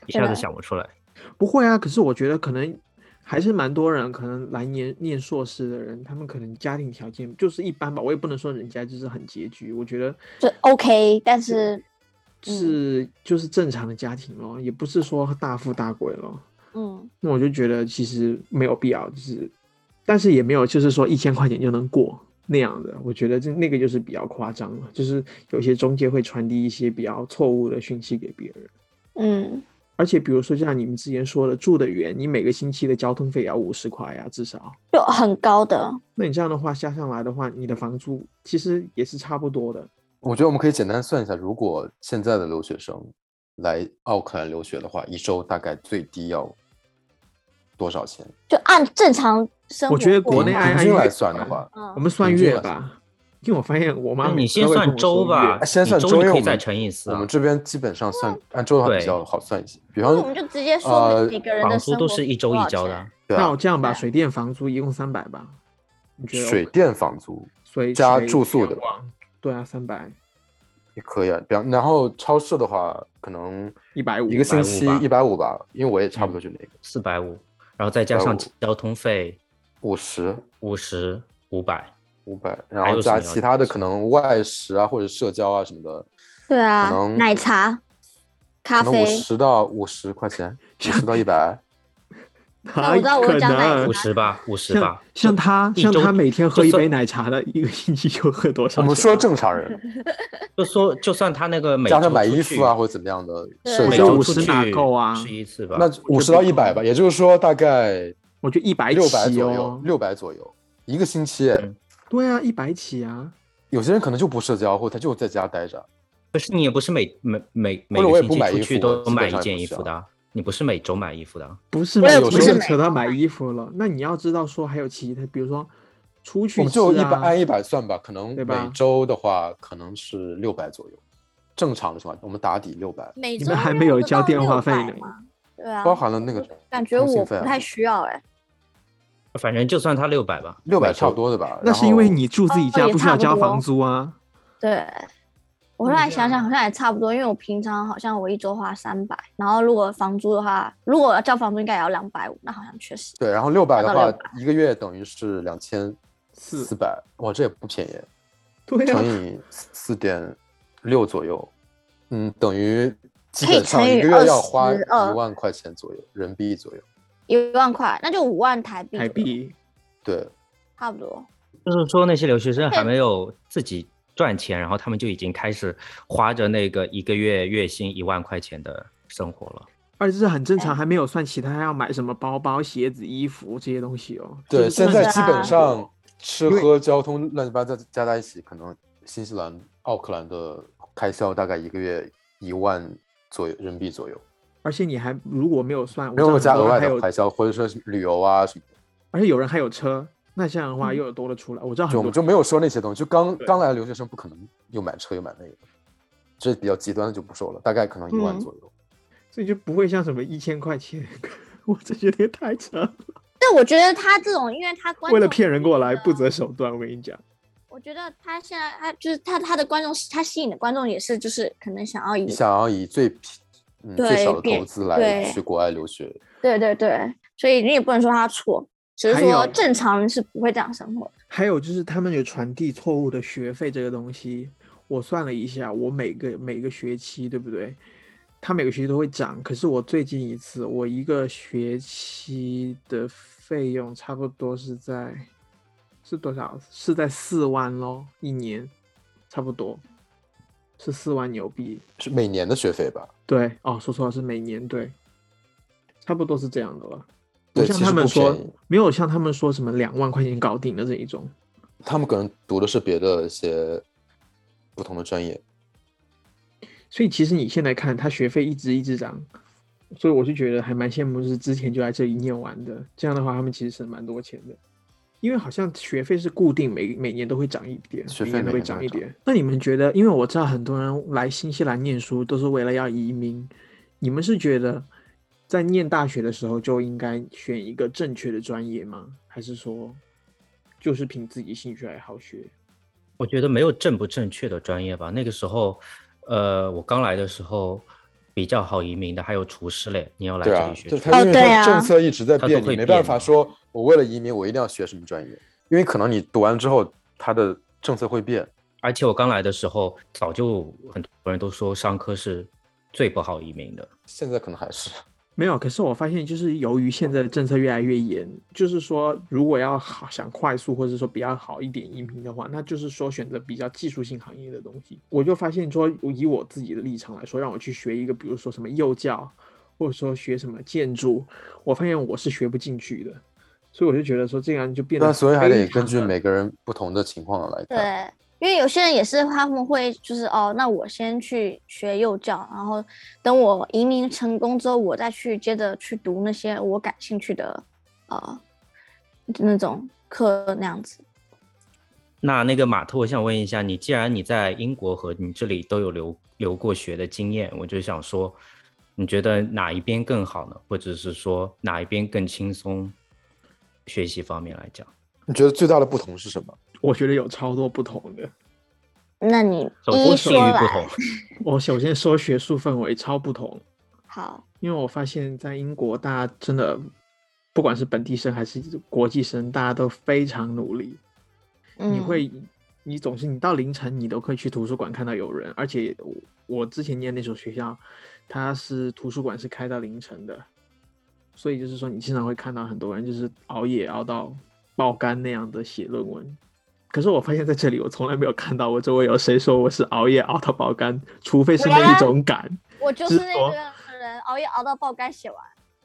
[SPEAKER 1] 一下
[SPEAKER 3] 对
[SPEAKER 1] 子想不出来。
[SPEAKER 2] 不会啊，可是我觉得可能还是蛮多人，可能来念念硕士的人，他们可能家庭条件就是一般吧，我也不能说人家就是很拮据，我觉得
[SPEAKER 3] 就 OK，但是嗯
[SPEAKER 2] 是就是正常的家庭咯，也不是说大富大贵咯。
[SPEAKER 3] 嗯，
[SPEAKER 2] 那我就觉得其实没有必要，就是，但是也没有就是说一千块钱就能过那样的，我觉得这那个就是比较夸张了，就是有些中介会传递一些比较错误的讯息给别人，
[SPEAKER 3] 嗯，
[SPEAKER 2] 而且比如说就像你们之前说的，住得远，你每个星期的交通费也要五十块呀、至少。
[SPEAKER 3] 就很高的，
[SPEAKER 2] 那你这样的话加上来的话，你的房租其实也是差不多的。
[SPEAKER 4] 我觉得我们可以简单算一下，如果现在的留学生来奥克兰留学的话，一周大概最低要多少钱？
[SPEAKER 3] 就按正常生活
[SPEAKER 2] 我
[SPEAKER 3] 过。
[SPEAKER 2] 觉得国
[SPEAKER 4] 平
[SPEAKER 2] 内
[SPEAKER 4] 平
[SPEAKER 2] 按按
[SPEAKER 4] 均
[SPEAKER 2] 月
[SPEAKER 4] 来算的
[SPEAKER 2] 算
[SPEAKER 4] 话，
[SPEAKER 3] 嗯
[SPEAKER 2] 我们算
[SPEAKER 4] 平均
[SPEAKER 2] 月
[SPEAKER 4] 来算
[SPEAKER 2] 吧，因为我发现我妈
[SPEAKER 1] 那
[SPEAKER 2] 每
[SPEAKER 1] 你
[SPEAKER 2] 次
[SPEAKER 1] 先
[SPEAKER 2] 都会跟
[SPEAKER 1] 算
[SPEAKER 2] 我
[SPEAKER 1] 周
[SPEAKER 2] 说
[SPEAKER 1] 吧
[SPEAKER 2] 月，
[SPEAKER 4] 先
[SPEAKER 1] 你
[SPEAKER 4] 算
[SPEAKER 1] 周
[SPEAKER 4] 周，
[SPEAKER 1] 你
[SPEAKER 4] 因为
[SPEAKER 1] 可以
[SPEAKER 4] 我
[SPEAKER 1] 再
[SPEAKER 4] 们
[SPEAKER 1] 乘以四
[SPEAKER 4] 我
[SPEAKER 1] 啊
[SPEAKER 4] 们这边基本上算按周的话比
[SPEAKER 1] 对
[SPEAKER 4] 较好算一些。比
[SPEAKER 3] 那
[SPEAKER 4] 方
[SPEAKER 3] 我们就直接说
[SPEAKER 4] 呃
[SPEAKER 3] 每个人的
[SPEAKER 1] 房
[SPEAKER 3] 生
[SPEAKER 1] 租
[SPEAKER 3] 活
[SPEAKER 1] 都是一周
[SPEAKER 3] 多
[SPEAKER 1] 一
[SPEAKER 3] 少
[SPEAKER 1] 交
[SPEAKER 3] 钱
[SPEAKER 1] 的，，
[SPEAKER 4] 对
[SPEAKER 2] 那
[SPEAKER 4] 啊
[SPEAKER 2] 我，这样吧，
[SPEAKER 3] 对
[SPEAKER 2] 水电房租一共三百吧，你觉得
[SPEAKER 4] 水
[SPEAKER 2] OK
[SPEAKER 4] 电房租
[SPEAKER 2] 所以
[SPEAKER 4] 加
[SPEAKER 2] 谁
[SPEAKER 4] 住宿
[SPEAKER 2] 两
[SPEAKER 4] 的
[SPEAKER 2] 万，对啊，三百
[SPEAKER 4] 也可以啊。比方，然后超市的话，可能
[SPEAKER 2] 一百嗯五
[SPEAKER 4] 一个星
[SPEAKER 1] 150
[SPEAKER 4] 期
[SPEAKER 1] 吧
[SPEAKER 4] 一百五吧，因为我也差不多就那个
[SPEAKER 1] 四百五，然后再加上
[SPEAKER 4] 150
[SPEAKER 1] 交通费
[SPEAKER 4] 五十。
[SPEAKER 1] 五十五百，
[SPEAKER 4] 五百，然
[SPEAKER 1] 还
[SPEAKER 4] 后
[SPEAKER 1] 有什
[SPEAKER 4] 加
[SPEAKER 1] 么要
[SPEAKER 4] 其他的
[SPEAKER 1] 加
[SPEAKER 4] 可能外食啊或者社交啊什么的，
[SPEAKER 3] 对啊
[SPEAKER 4] 可能，
[SPEAKER 3] 奶茶、咖
[SPEAKER 4] 可能五
[SPEAKER 3] 啡，
[SPEAKER 4] 十到五十块钱，五十到一百。
[SPEAKER 3] 那我知道
[SPEAKER 2] 哪
[SPEAKER 3] 我
[SPEAKER 2] 可
[SPEAKER 3] 讲奶
[SPEAKER 2] 能
[SPEAKER 1] 五十吧，五十
[SPEAKER 2] 嗯像
[SPEAKER 1] 吧，
[SPEAKER 2] 像他
[SPEAKER 1] 一
[SPEAKER 2] 像
[SPEAKER 1] 周
[SPEAKER 2] 他每天喝
[SPEAKER 1] 就
[SPEAKER 2] 一
[SPEAKER 1] 算
[SPEAKER 2] 杯奶茶的， <laughs> 一个星期就喝多少钱？
[SPEAKER 4] 我
[SPEAKER 2] 啊
[SPEAKER 4] 们说正
[SPEAKER 2] <laughs>
[SPEAKER 4] 常人，
[SPEAKER 1] 就说就算他那个每
[SPEAKER 4] 加
[SPEAKER 1] 周
[SPEAKER 4] 上买
[SPEAKER 1] 出
[SPEAKER 4] 衣
[SPEAKER 1] 去
[SPEAKER 4] 服啊，或者怎么样的
[SPEAKER 3] 对
[SPEAKER 4] 社
[SPEAKER 1] 每
[SPEAKER 2] 我觉
[SPEAKER 4] 交
[SPEAKER 2] 得
[SPEAKER 1] 周
[SPEAKER 4] 出
[SPEAKER 1] 出
[SPEAKER 2] 50
[SPEAKER 4] 去，
[SPEAKER 1] 去
[SPEAKER 2] 哪够啊
[SPEAKER 1] 吃一次吧。
[SPEAKER 4] 那
[SPEAKER 2] 我
[SPEAKER 4] 五
[SPEAKER 2] 觉
[SPEAKER 4] 十
[SPEAKER 2] 得
[SPEAKER 4] 到
[SPEAKER 2] 不
[SPEAKER 4] 一百
[SPEAKER 2] 够
[SPEAKER 4] 吧，也就是说大概
[SPEAKER 2] 我觉得一百
[SPEAKER 4] 六百
[SPEAKER 2] 起
[SPEAKER 4] 左
[SPEAKER 2] 哦
[SPEAKER 4] 右，。六百左右一个星期。
[SPEAKER 1] 嗯
[SPEAKER 2] 对啊，一百起啊。
[SPEAKER 4] 有些人可能就不社交，或者他就在家待着。
[SPEAKER 1] 可是你也不是每每每每
[SPEAKER 4] 或者我
[SPEAKER 1] 个星
[SPEAKER 4] 也不
[SPEAKER 1] 期
[SPEAKER 4] 买
[SPEAKER 1] 出
[SPEAKER 4] 衣
[SPEAKER 1] 去
[SPEAKER 4] 服
[SPEAKER 1] 都
[SPEAKER 4] 基本
[SPEAKER 1] 买一
[SPEAKER 4] 上也
[SPEAKER 1] 件
[SPEAKER 4] 不
[SPEAKER 1] 衣
[SPEAKER 4] 需
[SPEAKER 1] 服
[SPEAKER 4] 要
[SPEAKER 1] 的啊，你不是每周买衣服的啊。
[SPEAKER 2] 不是
[SPEAKER 3] 我也
[SPEAKER 2] 买
[SPEAKER 4] 不
[SPEAKER 2] 不
[SPEAKER 4] 是
[SPEAKER 2] 用
[SPEAKER 4] 买
[SPEAKER 2] 扯到买
[SPEAKER 3] 买
[SPEAKER 2] 衣服了，那你要知道说还有其他，比如说出去
[SPEAKER 4] 我们就
[SPEAKER 2] 吃
[SPEAKER 4] 一百
[SPEAKER 2] 啊
[SPEAKER 4] 按一百算吧，可能
[SPEAKER 2] 对
[SPEAKER 4] 每
[SPEAKER 2] 吧
[SPEAKER 4] 周的话可能是六百左右，正常的情况下，我们打底六百，
[SPEAKER 3] 每
[SPEAKER 2] 你
[SPEAKER 3] 周
[SPEAKER 2] 们还
[SPEAKER 3] 用
[SPEAKER 2] 没有
[SPEAKER 3] 得
[SPEAKER 2] 交
[SPEAKER 3] 到
[SPEAKER 2] 电话
[SPEAKER 3] 600
[SPEAKER 2] 费呢
[SPEAKER 3] 嘛。对啊，
[SPEAKER 4] 包含了那个
[SPEAKER 3] 感觉
[SPEAKER 4] 通信
[SPEAKER 3] 我
[SPEAKER 4] 费
[SPEAKER 3] 不
[SPEAKER 4] 啊
[SPEAKER 3] 太需要哎，
[SPEAKER 1] 反正就算他六百吧，
[SPEAKER 4] 六百
[SPEAKER 1] 每
[SPEAKER 4] 差
[SPEAKER 1] 周
[SPEAKER 4] 不。多的吧。
[SPEAKER 2] 那
[SPEAKER 4] 然
[SPEAKER 2] 是因为
[SPEAKER 4] 后
[SPEAKER 2] 你住自己
[SPEAKER 3] 哦
[SPEAKER 2] 家，
[SPEAKER 3] 也
[SPEAKER 2] 不需要
[SPEAKER 3] 差不
[SPEAKER 2] 交房
[SPEAKER 3] 多
[SPEAKER 2] 租啊。
[SPEAKER 3] 对。啊
[SPEAKER 2] 嗯
[SPEAKER 3] 我后来
[SPEAKER 2] 这
[SPEAKER 3] 想想，
[SPEAKER 2] 样
[SPEAKER 3] 好像也差不多，因为我平常好像我一周花三百，然后如果房租的话，如果要交房租应该也要两百五，那好像确实
[SPEAKER 4] 对，然后六百的
[SPEAKER 3] 到
[SPEAKER 4] 话
[SPEAKER 3] 600，
[SPEAKER 4] 一个月等于是两千
[SPEAKER 2] 四
[SPEAKER 4] 四百，哇，这也不便宜。
[SPEAKER 3] <laughs>
[SPEAKER 2] 对啊
[SPEAKER 4] 乘，以四点六左右，嗯，等于基
[SPEAKER 3] 可以
[SPEAKER 4] 本上
[SPEAKER 3] 乘
[SPEAKER 4] 一
[SPEAKER 3] 以
[SPEAKER 4] 个月要
[SPEAKER 3] 22
[SPEAKER 4] 花一万块钱左右，人民币左右。
[SPEAKER 3] 一万块，那就五万台币，
[SPEAKER 2] 台币
[SPEAKER 4] 对，
[SPEAKER 3] 差不多。
[SPEAKER 1] 就是说那些留学生还没有自己赚钱，然后他们就已经开始花着那个一个月月薪一万块钱的生活了。
[SPEAKER 2] 而且这很正常，还没有算其他还要买什么包包、鞋子、衣服这些东西哦。
[SPEAKER 4] 对，
[SPEAKER 2] 这
[SPEAKER 4] 现
[SPEAKER 2] 是
[SPEAKER 4] 在
[SPEAKER 2] 正
[SPEAKER 4] 基
[SPEAKER 2] 常
[SPEAKER 4] 本
[SPEAKER 3] 的
[SPEAKER 4] 上吃
[SPEAKER 2] 因为
[SPEAKER 4] 喝交通乱七八糟加在一起，可能新西兰、奥克兰的开销大概一个月一万左右人民币左右，
[SPEAKER 2] 而且你还如果没有算，我
[SPEAKER 4] 没有
[SPEAKER 2] 知道
[SPEAKER 4] 加
[SPEAKER 2] 很
[SPEAKER 4] 额
[SPEAKER 2] 多人
[SPEAKER 4] 外
[SPEAKER 2] 还
[SPEAKER 4] 的
[SPEAKER 2] 有
[SPEAKER 4] 开销，或者说是旅游啊什么的。
[SPEAKER 2] 而且有人还有车，那这样的话
[SPEAKER 3] 嗯
[SPEAKER 2] 又有多了出来。我知道
[SPEAKER 4] 就
[SPEAKER 2] 很
[SPEAKER 4] 我们
[SPEAKER 2] 多
[SPEAKER 4] 就没有说那些东西，就刚
[SPEAKER 2] 对
[SPEAKER 4] 刚来的留学生不可能又买车又买那个，这比较极端的就不说了，大概可能一万
[SPEAKER 3] 嗯
[SPEAKER 4] 左右。
[SPEAKER 2] 所以就不会像什么一千块钱， <laughs> 我这觉得也太扯了，
[SPEAKER 3] 但我觉得他这种，因为他观
[SPEAKER 2] 为了
[SPEAKER 3] 众
[SPEAKER 2] 骗人过来
[SPEAKER 3] 的
[SPEAKER 2] 不择手段。我跟你讲，
[SPEAKER 3] 我觉得他现在他就是他他的观众，他吸引的观众也是就是可能想要以
[SPEAKER 4] 你想要以最平嗯最
[SPEAKER 3] 对
[SPEAKER 4] 少的
[SPEAKER 3] 变
[SPEAKER 4] 投资来
[SPEAKER 3] 对
[SPEAKER 4] 去国外留学，
[SPEAKER 3] 对对对，所以你也不能说他错，只是
[SPEAKER 2] 还
[SPEAKER 3] 说
[SPEAKER 2] 有
[SPEAKER 3] 正常人是不会这样生活的。
[SPEAKER 2] 还有就是他们有传递错误的学费这个东西，我算了一下，我每个每个学期对不对？它每个学期都会涨，可是我最近一次，我一个学期的费用差不多是在是多少？是在四万咯，一年差不多是四万纽币，
[SPEAKER 4] 是每年的学费吧？
[SPEAKER 2] 对，哦，说错了，是每年对，差不多是这样的了。不
[SPEAKER 4] 对，
[SPEAKER 2] 像
[SPEAKER 4] 其
[SPEAKER 2] 他
[SPEAKER 4] 实
[SPEAKER 2] 们
[SPEAKER 4] 不
[SPEAKER 2] 说
[SPEAKER 4] 便宜，
[SPEAKER 2] 没有像他们说什么两万块钱搞定的这一种，
[SPEAKER 4] 他们可能读的是别的一些不同的专业。
[SPEAKER 2] 所以其实你现在看他学费一直一直涨，所以我就觉得还蛮羡慕，就是之前就来这里念完的，这样的话他们其实省蛮多钱的，因为好像学费是固定每每年都会涨一点，
[SPEAKER 4] 学
[SPEAKER 2] 每
[SPEAKER 4] 费
[SPEAKER 2] 年都
[SPEAKER 4] 每
[SPEAKER 2] 会
[SPEAKER 4] 年都
[SPEAKER 2] 涨
[SPEAKER 4] 会
[SPEAKER 2] 一
[SPEAKER 4] 涨
[SPEAKER 2] 点。那你们觉得，因为我知道很多人来新西兰念书都是为了要移民，你们是觉得在念大学的时候就应该选一个正确的专业吗？还是说就是凭自己兴趣爱好学？
[SPEAKER 1] 我觉得没有正不正确的专业吧。那个时候，呃，我刚来的时候比较好移民的还有厨师嘞，你要来
[SPEAKER 4] 对
[SPEAKER 1] 这
[SPEAKER 4] 啊
[SPEAKER 1] 里，学厨
[SPEAKER 4] 就是
[SPEAKER 1] 师。
[SPEAKER 4] 他因为
[SPEAKER 3] 哦对
[SPEAKER 4] 他
[SPEAKER 3] 啊
[SPEAKER 4] 政策一直在
[SPEAKER 1] 他都
[SPEAKER 4] 变，你
[SPEAKER 1] 会
[SPEAKER 4] 没办
[SPEAKER 1] 变
[SPEAKER 4] 法
[SPEAKER 1] 嘛
[SPEAKER 4] 说我为了移民我一定要学什么专业，因为可能你读完之后他的政策会变。
[SPEAKER 1] 而且我刚来的时候，早就很多人都说商科是最不好移民的。
[SPEAKER 4] 现在可能还是
[SPEAKER 2] 没有，可是我发现，就是由于现在的政策越来越严，就是说，如果要好想快速或者说比较好一点移民的话，那就是说选择比较技术性行业的东西。我就发现说，以我自己的立场来说，让我去学一个，比如说什么幼教，或者说学什么建筑，我发现我是学不进去的，所以我就觉得说，这样就变得
[SPEAKER 4] 那所以还
[SPEAKER 2] 非
[SPEAKER 4] 得根
[SPEAKER 2] 常
[SPEAKER 4] 据
[SPEAKER 2] 的
[SPEAKER 4] 每个人不同的情况来看。
[SPEAKER 3] 对，因为有些人也是他们会就是哦，那我先去学幼教，然后等我移民成功之后，我再去接着去读那些我感兴趣的呃那种课那样子。
[SPEAKER 1] 那那个马特，我想问一下你，既然你在英国和你这里都有留留过学的经验，我就想说，你觉得哪一边更好呢？或者是说哪一边更轻松？学习方面来讲，
[SPEAKER 4] 你觉得最大的不同是什么？
[SPEAKER 2] 我觉得有超多不同的。
[SPEAKER 3] 那你
[SPEAKER 1] 首
[SPEAKER 3] 一
[SPEAKER 1] 先地
[SPEAKER 3] 一说
[SPEAKER 1] 域不
[SPEAKER 3] 来，
[SPEAKER 1] 同，
[SPEAKER 2] 我首先说学术氛围超不同，
[SPEAKER 3] 好，
[SPEAKER 2] 因为我发现，在英国，大家真的不管是本地生还是国际生，大家都非常努力。你
[SPEAKER 3] 嗯
[SPEAKER 2] 会，你总是你到凌晨你都可以去图书馆看到有人，而且我我之前念那所学校，它是图书馆是开到凌晨的，所以就是说你经常会看到很多人就是熬夜熬到爆肝那样的写论文。可是我发现在这里，我从来没有看到我周围有谁说我是熬夜熬到爆肝，除非是那一种赶。
[SPEAKER 3] 我就
[SPEAKER 2] 执
[SPEAKER 3] 是那
[SPEAKER 2] 着
[SPEAKER 3] 个人熬夜熬到爆肝写完。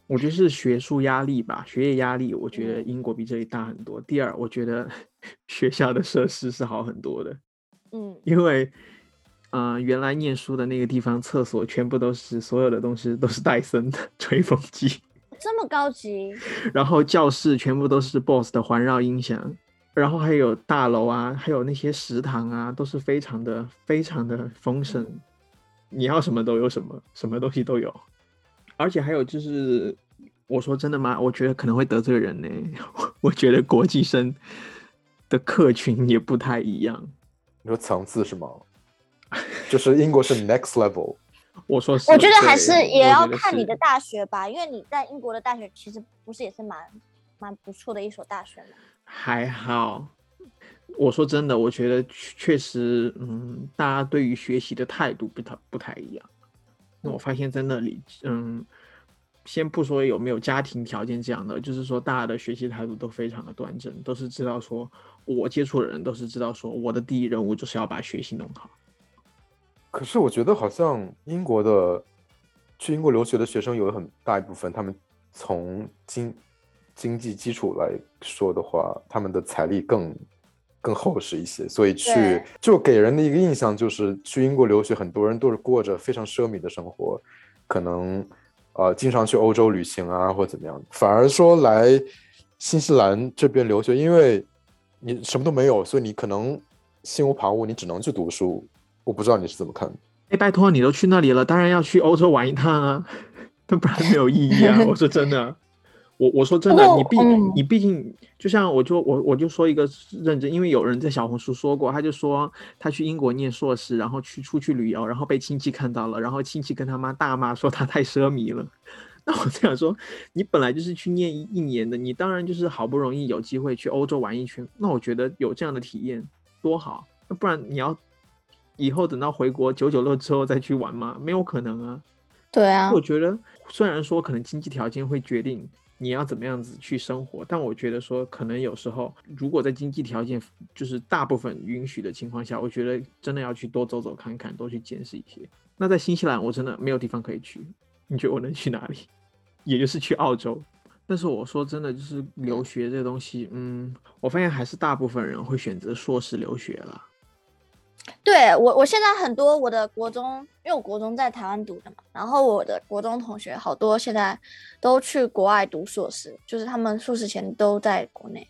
[SPEAKER 2] 我觉得是学术压力吧，学业压力，我觉得
[SPEAKER 3] 嗯
[SPEAKER 2] 英国比这里大很多。第二，我觉得 <laughs> 学校的设施是好很多的。
[SPEAKER 3] 嗯，
[SPEAKER 2] 因为，呃，原来念书的那个地方厕所全部都是所有的东西都是戴森的吹风机，
[SPEAKER 3] 这么高级，
[SPEAKER 2] 然后教室全部都是 BOSS 的环绕音响，然后还有大楼啊，还有那些食堂啊，都是非常的非常的丰盛，你要什么都有什么，什么东西都有，而且还有就是。我说真的吗？我觉得可能会得罪人呢、 <laughs> 我我觉得国际生的客群也不太一样。
[SPEAKER 4] 你说层
[SPEAKER 1] <laughs>
[SPEAKER 4] 次是吗？就是英国是 next level，
[SPEAKER 2] 我说是，
[SPEAKER 3] 我觉得还
[SPEAKER 2] 对
[SPEAKER 3] 是
[SPEAKER 2] 我
[SPEAKER 3] 也
[SPEAKER 2] 觉
[SPEAKER 3] 要
[SPEAKER 2] 得
[SPEAKER 3] 看
[SPEAKER 2] 是
[SPEAKER 3] 你的大学吧，因为你在英国的大学其实不是也是蛮蛮不错的一所大学嘛。
[SPEAKER 2] 还好。我说真的，我觉得确确实，嗯，大家对于学习的态度不太不太一样。那我发现在那里，嗯，先不说有没有家庭条件这样的，就是说大家的学习态度都非常的端正，都是知道说，我接触的人都是知道说，我的第一任务就是要把学习弄好。
[SPEAKER 4] 可是我觉得好像英国的去英国留学的学生有很大一部分，他们从经经济基础来说的话，他们的财力更更厚实一些，所以去
[SPEAKER 3] 对
[SPEAKER 4] 就给人的一个印象就是去英国留学，很多人都是过着非常奢靡的生活，可能呃经常去欧洲旅行啊或怎么样，反而说来新西兰这边留学，因为你什么都没有，所以你可能心无旁骛，你只能去读书。我不知道你是怎么看的。
[SPEAKER 2] 哎，拜托，你都去那里了，当然要去欧洲玩一趟啊， <laughs> 那不然没有意义啊！我说真的， <laughs> 我我说真的，
[SPEAKER 3] 不过
[SPEAKER 2] 你毕、
[SPEAKER 3] 嗯
[SPEAKER 2] 你毕竟就像我就我我就说一个认真，因为有人在小红书说过，他就说他去英国念硕士，然后去出去旅游，然后被亲戚看到了，然后亲戚跟他妈大骂说他太奢靡了。 <laughs> 那我这样说，你本来就是去念一一年的，你当然就是好不容易有机会去欧洲玩一圈，那我觉得有这样的体验多好。那不然你要以后等到回国九九六之后再去玩吗？没有可能啊。
[SPEAKER 3] 对啊
[SPEAKER 2] 我觉得虽然说可能经济条件会决定你要怎么样子去生活，但我觉得说可能有时候如果在经济条件就是大部分允许的情况下，我觉得真的要去多走走看看，多去见识一些。那在新西兰我真的没有地方可以去，你觉得我能去哪里？也就是去澳洲。但是我说真的，就是留学这个东西，嗯，我发现还是大部分人会选择硕士留学了。
[SPEAKER 3] 对我，我现在很多我的国中，因为我国中在台湾读的嘛，然后我的国中同学好多现在都去国外读硕士，就是他们硕士前都在国内。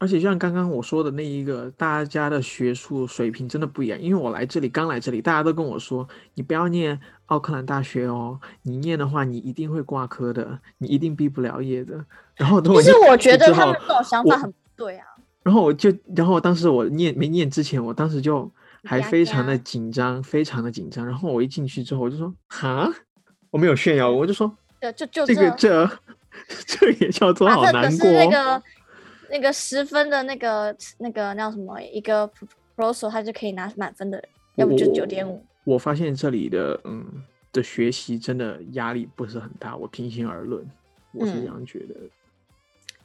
[SPEAKER 2] 而且就像刚刚我说的那一个，大家的学术水平真的不一样。因为我来这里，刚来这里，大家都跟我说，你不要念奥克兰大学哦，你念的话，你一定会挂科的，你一定毕不了业的。然后等
[SPEAKER 3] 其
[SPEAKER 2] 我
[SPEAKER 3] 实
[SPEAKER 2] 念
[SPEAKER 3] 我
[SPEAKER 2] 出去
[SPEAKER 3] 觉得
[SPEAKER 2] 之
[SPEAKER 3] 他
[SPEAKER 2] 后
[SPEAKER 3] 们这种想
[SPEAKER 2] 我
[SPEAKER 3] 法很不对啊。
[SPEAKER 2] 然后我就，然后我当时我念没念之前，我当时就还
[SPEAKER 3] 呀
[SPEAKER 2] 非常的
[SPEAKER 3] 呀
[SPEAKER 2] 紧张，非常的紧张。然后我一进去之后，我就说哈，我没有炫耀，我就说
[SPEAKER 3] 对，就就
[SPEAKER 2] 这个这 <laughs> 这也叫做好
[SPEAKER 3] 啊，这
[SPEAKER 2] 难
[SPEAKER 3] 可
[SPEAKER 2] 过哦
[SPEAKER 3] 是。那个那个十分的那个那个那叫什么一个 proposal，他就可以拿满分的人，要不就
[SPEAKER 4] 哦
[SPEAKER 2] 我
[SPEAKER 3] 九点五。。
[SPEAKER 2] 我发现这里的嗯的学习真的压力不是很大，我平心而论，我是这
[SPEAKER 3] 嗯
[SPEAKER 2] 样觉得。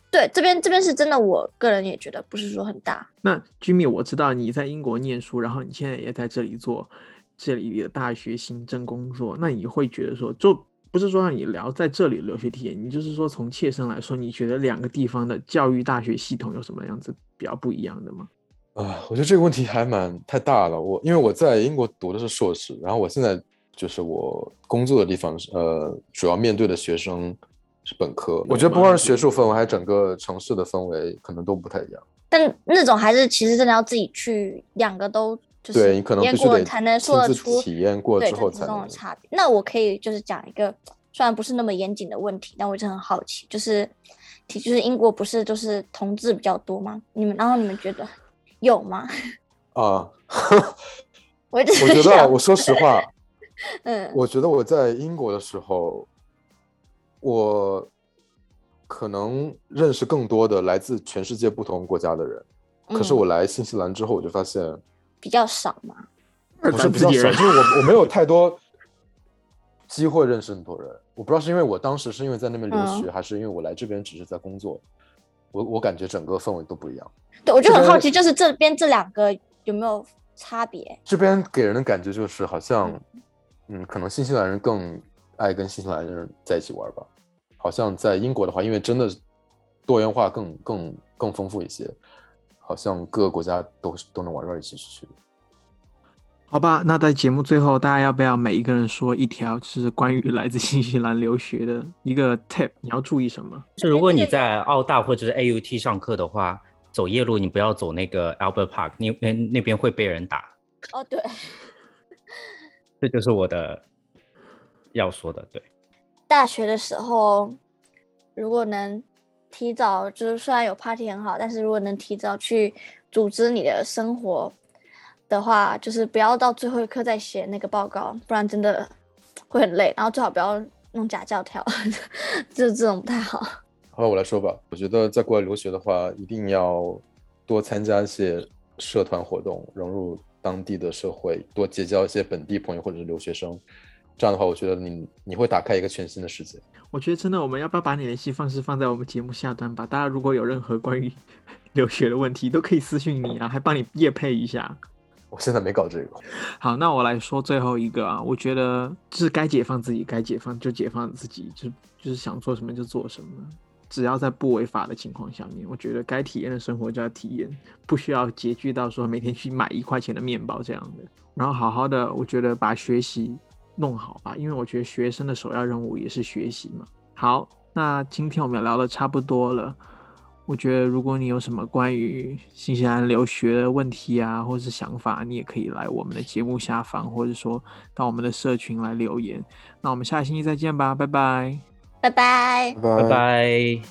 [SPEAKER 3] 对，这边这边是真的，我个人也觉得不是说很大。
[SPEAKER 2] 那 Jimmy，我知道你在英国念书，然后你现在也在这里做这里的大学行政工作，那你会觉得说，就不是说让你聊在这里留学体验，你就是说从切身来说，你觉得两个地方的教育大学系统有什么样子比较不一样的吗？
[SPEAKER 4] 啊，我觉得这个问题还蛮太大了。我因为我在英国读的是硕士，然后我现在就是我工作的地方是，呃，主要面对的学生是本科。我觉得不光是学术氛围，还是整个城市的氛围可能都不太一样。
[SPEAKER 3] 但那种还是其实真的要自己去两个都就是
[SPEAKER 4] 对你可能
[SPEAKER 3] 验
[SPEAKER 4] 必须
[SPEAKER 3] 过
[SPEAKER 4] 得
[SPEAKER 3] 才能
[SPEAKER 4] 亲
[SPEAKER 3] 说得
[SPEAKER 4] 自
[SPEAKER 3] 出
[SPEAKER 4] 体验过
[SPEAKER 3] 对
[SPEAKER 4] 之
[SPEAKER 3] 这
[SPEAKER 4] 后
[SPEAKER 3] 之
[SPEAKER 4] 才
[SPEAKER 3] 中
[SPEAKER 4] 能
[SPEAKER 3] 的差别。那我可以就是讲一个虽然不是那么严谨的问题，但我就很好奇，就是提就是英国不是就是同志比较多吗？你们然后你们觉得有吗？ <laughs>
[SPEAKER 4] 啊。
[SPEAKER 3] 我一直
[SPEAKER 4] 我觉
[SPEAKER 3] <laughs>
[SPEAKER 4] 得，
[SPEAKER 3] 想
[SPEAKER 4] 我说实话，
[SPEAKER 3] 嗯，
[SPEAKER 4] 我觉得我在英国的时候，我可能认识更多的来自全世界不同国家的人，可是我来新西兰之后，我就发现
[SPEAKER 3] 嗯比较少嘛。
[SPEAKER 2] 二
[SPEAKER 4] 不是
[SPEAKER 2] 咱
[SPEAKER 4] 比
[SPEAKER 2] 自
[SPEAKER 4] 较
[SPEAKER 2] 己
[SPEAKER 4] 少，
[SPEAKER 2] 人
[SPEAKER 4] 就，是
[SPEAKER 2] <laughs>
[SPEAKER 4] 我我没有太多机会认识很多人。我不知道是因为我当时是因为在那边留学，还是因为我来这边只是在工作。我我感觉整个氛围都不一样。
[SPEAKER 3] 对，我就很
[SPEAKER 4] 这边
[SPEAKER 3] 好奇，就是这边这两个有没有差别？
[SPEAKER 4] 这边给人的感觉就是好像，嗯可能新西兰人更爱跟新西兰人在一起玩吧。好像在英国的话，因为真的多元化更更更丰富一些，好像各个国家都都能玩到一起去。
[SPEAKER 2] 好吧，那在节目最后，大家要不要每一个人说一条，就是关于来自新西兰留学的一个 tip？你要注意什么？
[SPEAKER 1] <laughs> 就如果
[SPEAKER 3] 这
[SPEAKER 1] 你
[SPEAKER 3] 个
[SPEAKER 1] 在澳大或者是 AUT 上课的话，走夜路你不要走那个 Albert Park，那边那边会被人打。
[SPEAKER 3] 哦，对，
[SPEAKER 1] 这就是我的要说的，对。
[SPEAKER 3] 大学的时候，如果能提早，就是虽然有 party 很好，但是如果能提早去组织你的生活的话，就是不要到最后一刻再写那个报告，不然真的会很累。然后最好不要弄假教条， <laughs> 就这种不太好。
[SPEAKER 4] 好，我来说吧。我觉得在国外留学的话，一定要多参加一些社团活动，融入当地的社会，多结交一些本地朋友或者是留学生。这样的话，我觉得你你会打开一个全新的世界。
[SPEAKER 2] 我觉得真的，我们要不要把你联系方式放在我们节目下端吧？大家如果有任何关于 <laughs> 留学的问题，都可以私信你啊，还帮你夜配一下。
[SPEAKER 4] 我现在没搞这个，
[SPEAKER 2] 好，那我来说最后一个啊，我觉得就是该解放自己，该解放就解放自己，就就是想做什么就做什么，只要在不违法的情况下面，我觉得该体验的生活就要体验，不需要拮据到说每天去买一块钱的面包这样的。然后好好的，我觉得把学习弄好吧，因为我觉得学生的首要任务也是学习嘛。好，那今天我们也聊的差不多了。我觉得如果你有什么关于新西兰留学的问题啊，或是想法，你也可以来我们的节目下方，或者说到我们的社群来留言。那我们下个星期再见吧，拜拜。
[SPEAKER 3] 拜拜。
[SPEAKER 4] 拜
[SPEAKER 1] 拜拜。